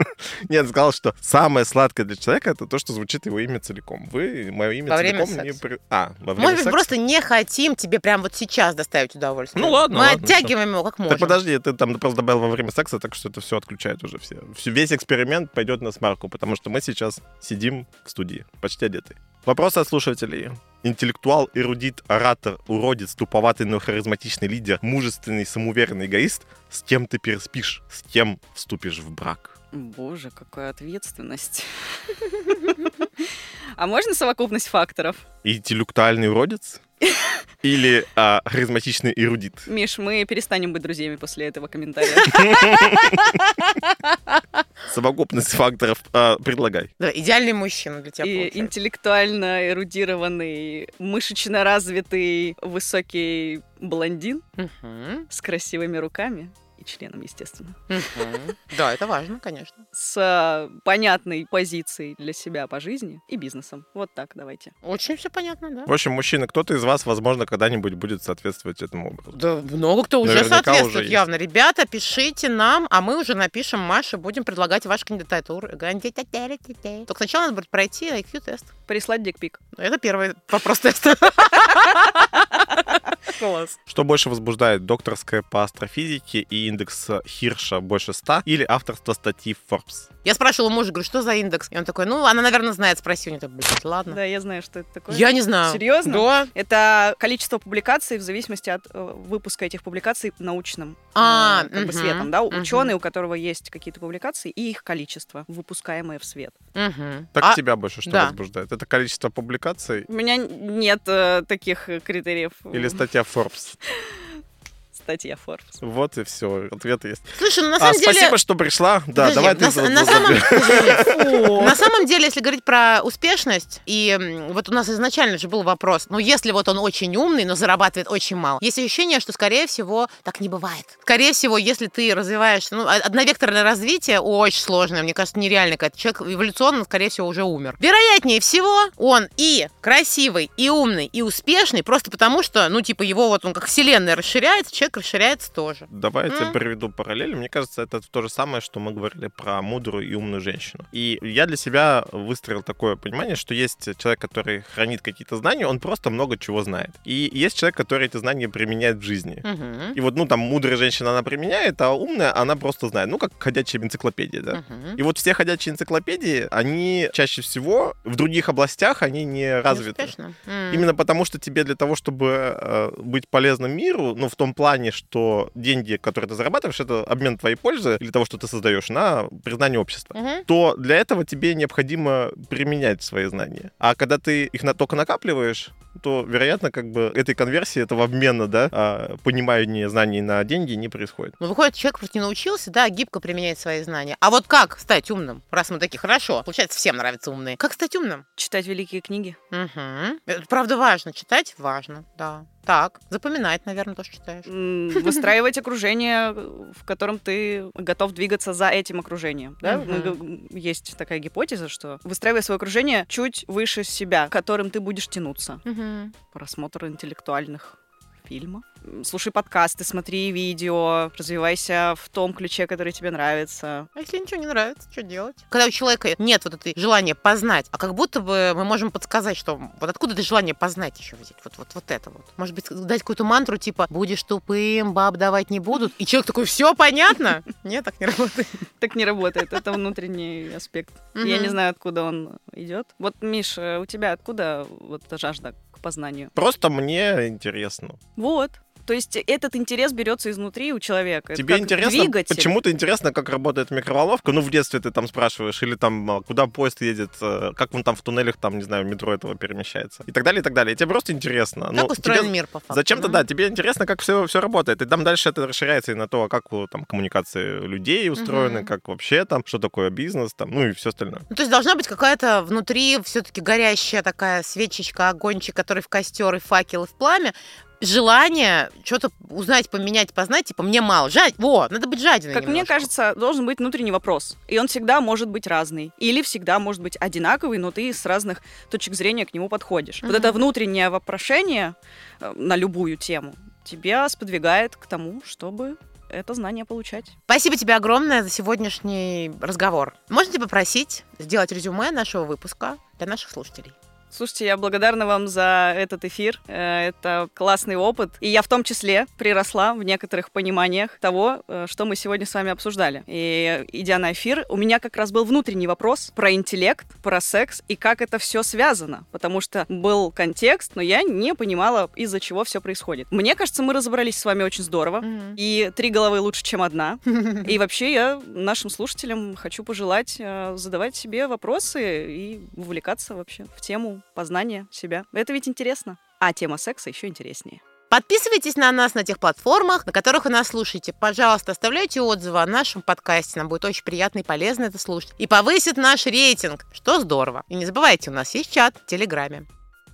Speaker 2: Нет, сказал, что самое сладкое для человека это то, что звучит его имя целиком. Вы мое имя
Speaker 1: Во время
Speaker 2: целиком не
Speaker 1: секса.
Speaker 2: при- А, во время
Speaker 1: может быть,
Speaker 2: секса?
Speaker 1: просто не хотим тебе прям вот сейчас доставить удовольствие.
Speaker 2: Ну, ладно,
Speaker 1: Мы
Speaker 2: ладно,
Speaker 1: оттягиваем его как
Speaker 2: Так
Speaker 1: можем.
Speaker 2: подожди, ты там просто добавил во время секса, так что это все отключает уже все. Всё- Весь эксперимент пойдет на смарку, потому что мы сейчас сидим в студии, почти одеты. Вопросы от слушателей. Интеллектуал, эрудит, оратор, уродец, туповатый, но харизматичный лидер, мужественный, самоуверенный эгоист. С кем ты переспишь? С кем вступишь в брак?
Speaker 3: Боже, какая ответственность. А можно совокупность факторов?
Speaker 2: Интеллектуальный уродец? Или а, харизматичный эрудит?
Speaker 3: Миш, мы перестанем быть друзьями после этого комментария.
Speaker 2: Совокупность факторов а, предлагай.
Speaker 1: Давай, идеальный мужчина для тебя
Speaker 3: И
Speaker 1: получается.
Speaker 3: интеллектуально эрудированный, мышечно развитый, высокий блондин
Speaker 1: Мгм,
Speaker 3: с красивыми руками и членом, естественно.
Speaker 1: мгм. Да, это важно, конечно.
Speaker 3: С э, понятной позицией для себя по жизни и бизнесом. Вот так, давайте.
Speaker 1: Очень все понятно, да.
Speaker 2: В общем, мужчина, кто-то из вас, возможно, когда-нибудь будет соответствовать этому образу.
Speaker 1: Да много кто уже
Speaker 2: Наверняка уже
Speaker 1: соответствует
Speaker 2: есть.
Speaker 1: явно. Ребята, пишите нам, а мы уже напишем Маше, будем предлагать ваши кандидатуры. Только сначала надо будет пройти IQ-тест.
Speaker 3: Прислать дикпик.
Speaker 1: Это первый вопрос теста. Класс.
Speaker 2: Что больше возбуждает, докторская по астрофизике и индекс Хирша больше 100 или авторство статьи в Forbes?
Speaker 1: Я спрашивала мужа, говорю, что за индекс? И он такой, ну, она, наверное, знает. Спроси у нее, блядь, ладно.
Speaker 3: Да, я знаю, что это такое.
Speaker 1: Я не знаю.
Speaker 3: Серьезно?
Speaker 1: Да.
Speaker 3: Это количество публикаций в зависимости от э, выпуска этих публикаций научным э,
Speaker 1: А,
Speaker 3: как
Speaker 1: мгм,
Speaker 3: бы светом, да,
Speaker 1: мгм.
Speaker 3: ученые, у которого есть какие-то публикации и их количество выпускаемое в свет.
Speaker 1: Мгм.
Speaker 2: Так
Speaker 1: А,
Speaker 2: тебя больше что
Speaker 1: да.
Speaker 2: возбуждает? Это количество публикаций
Speaker 3: У меня нет э, таких э, критериев.
Speaker 2: или статья в Forbes?
Speaker 3: статья Forbes.
Speaker 2: Вот и все, ответ есть.
Speaker 1: Слушай, ну на
Speaker 2: А,
Speaker 1: самом деле...
Speaker 2: спасибо, что пришла. Да,
Speaker 1: Подожди,
Speaker 2: давай ты...
Speaker 1: на,
Speaker 2: за-
Speaker 1: на
Speaker 2: за-
Speaker 1: самом,
Speaker 2: за-
Speaker 1: на самом деле, если говорить про успешность, и м, вот у нас изначально же был вопрос, ну если вот он очень умный, но зарабатывает очень мало, есть ощущение, что, скорее всего, так не бывает. Скорее всего, если ты развиваешься, ну, од- одновекторное развитие очень сложное, мне кажется, нереально. какая-то. Человек эволюционно, скорее всего, уже умер. Вероятнее всего, он и красивый, и умный, и успешный, просто потому что, ну, типа, его вот он как вселенная расширяется, человек расширяется тоже.
Speaker 2: Давай я тебе
Speaker 1: М.
Speaker 2: приведу параллель. Мне кажется, это то же самое, что мы говорили про мудрую и умную женщину. И я для себя выстроил такое понимание, что есть человек, который хранит какие-то знания, он просто много чего знает. И есть человек, который эти знания применяет в жизни.
Speaker 1: Мгм.
Speaker 2: И вот, ну, там, мудрая женщина, она применяет, а умная, она просто знает. Ну, как ходячая энциклопедия, да.
Speaker 1: Мгм.
Speaker 2: И вот все ходячие энциклопедии, они чаще всего в других областях, они не развиты.
Speaker 1: Успешно. М.
Speaker 2: Именно потому, что тебе для того, чтобы э, быть полезным миру, ну, в том плане, что деньги, которые ты зарабатываешь, это обмен твоей пользы или того, что ты создаешь, на признание общества
Speaker 1: Мгм.
Speaker 2: то для этого тебе необходимо применять свои знания. А когда ты их на, только накапливаешь, то, вероятно, как бы этой конверсии, этого обмена, да, а, понимания знаний на деньги не происходит.
Speaker 1: Ну, выходит, человек просто не научился, да, гибко применять свои знания. А вот как стать умным? Раз мы такие, хорошо, получается, всем нравятся умные. Как стать умным?
Speaker 3: Читать великие книги.
Speaker 1: Мгм. Это правда важно. Читать важно, да. Так, запоминать, наверное, то, что читаешь.
Speaker 3: М, Выстраивать окружение, в котором ты готов двигаться за этим окружением. Да?
Speaker 1: Мгм.
Speaker 3: Мы г- есть такая гипотеза, что выстраивай свое окружение чуть выше себя, к которым ты будешь тянуться.
Speaker 1: Мгм.
Speaker 3: просмотр интеллектуальных фильмов. М, Слушай подкасты, смотри видео, развивайся в том ключе, который тебе нравится.
Speaker 1: А если ничего не нравится, что делать? Когда у человека нет вот это желания познать, а как будто бы мы можем подсказать, что вот откуда это желание познать еще взять? Вот, вот, вот это вот. Может быть, дать какую-то мантру, типа, будешь тупым, баб давать не будут. И человек такой, все понятно? Нет, так не работает.
Speaker 3: Так не работает, это внутренний аспект. Я
Speaker 1: Мгм.
Speaker 3: не знаю, откуда он идет. Вот, Миша, у тебя откуда вот эта жажда к познанию?
Speaker 2: Просто мне интересно.
Speaker 3: Вот. То есть этот интерес берется изнутри у человека. Это
Speaker 2: Тебе
Speaker 3: как
Speaker 2: интересно,
Speaker 3: двигатель.
Speaker 2: почему-то интересно, как работает микроволновка. Ну, в детстве ты там спрашиваешь, или там, а, куда поезд едет, э, как он там в туннелях, там, не знаю, метро этого перемещается. И так далее, и так далее. И тебе просто интересно. Ну,
Speaker 1: Как устроен
Speaker 2: тебе-
Speaker 1: мир, по факту.
Speaker 2: Зачем-то,
Speaker 1: ну.
Speaker 2: да, тебе интересно, как все, все работает. И там дальше это расширяется и на то, как у, там коммуникации людей устроены,
Speaker 1: Мгм.
Speaker 2: как вообще там, что такое бизнес, там, ну и все остальное.
Speaker 1: Ну, то есть должна быть какая-то внутри все-таки горящая такая свечечка, огончик, который в костер и факел и в пламя, желание что-то узнать, поменять, познать, типа, мне мало. Жать, во, надо быть жадиной
Speaker 3: Как мне
Speaker 1: немножко.
Speaker 3: кажется, должен быть внутренний вопрос. И он всегда может быть разный. Или всегда может быть одинаковый, но ты с разных точек зрения к нему подходишь. Вот
Speaker 1: Мгм.
Speaker 3: это внутреннее вопрошение э, на любую тему тебя сподвигает к тому, чтобы это знание получать.
Speaker 1: Спасибо тебе огромное за сегодняшний разговор. Можно тебя попросить сделать резюме нашего выпуска для наших слушателей?
Speaker 3: Слушайте, я благодарна вам за этот эфир. Э, Это классный опыт. И я в том числе приросла в некоторых пониманиях того, э, что мы сегодня с вами обсуждали. И э, идя на эфир, у меня как раз был внутренний вопрос про интеллект, про секс и как это все связано. Потому что был контекст, но я не понимала, из-за чего все происходит. Мне кажется, мы разобрались с вами очень здорово. И три головы лучше, чем одна. И вообще я нашим слушателям хочу пожелать э, задавать себе вопросы и увлекаться вообще в тему познания себя. Это ведь интересно. А тема секса еще интереснее.
Speaker 1: Подписывайтесь на нас на тех платформах, на которых вы нас слушаете. Пожалуйста, оставляйте отзывы о нашем подкасте. Нам будет очень приятно и полезно это слушать. И повысит наш рейтинг, что здорово. И не забывайте, у нас есть чат в Телеграме.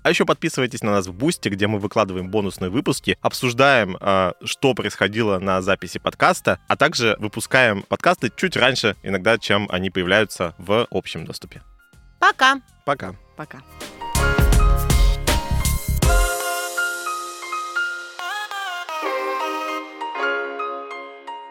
Speaker 2: А еще подписывайтесь на нас в Бусти, где мы выкладываем бонусные выпуски, обсуждаем, э, что происходило на записи подкаста, а также выпускаем подкасты чуть раньше иногда, чем они появляются в общем доступе.
Speaker 1: Пока!
Speaker 2: Пока.
Speaker 3: Пока.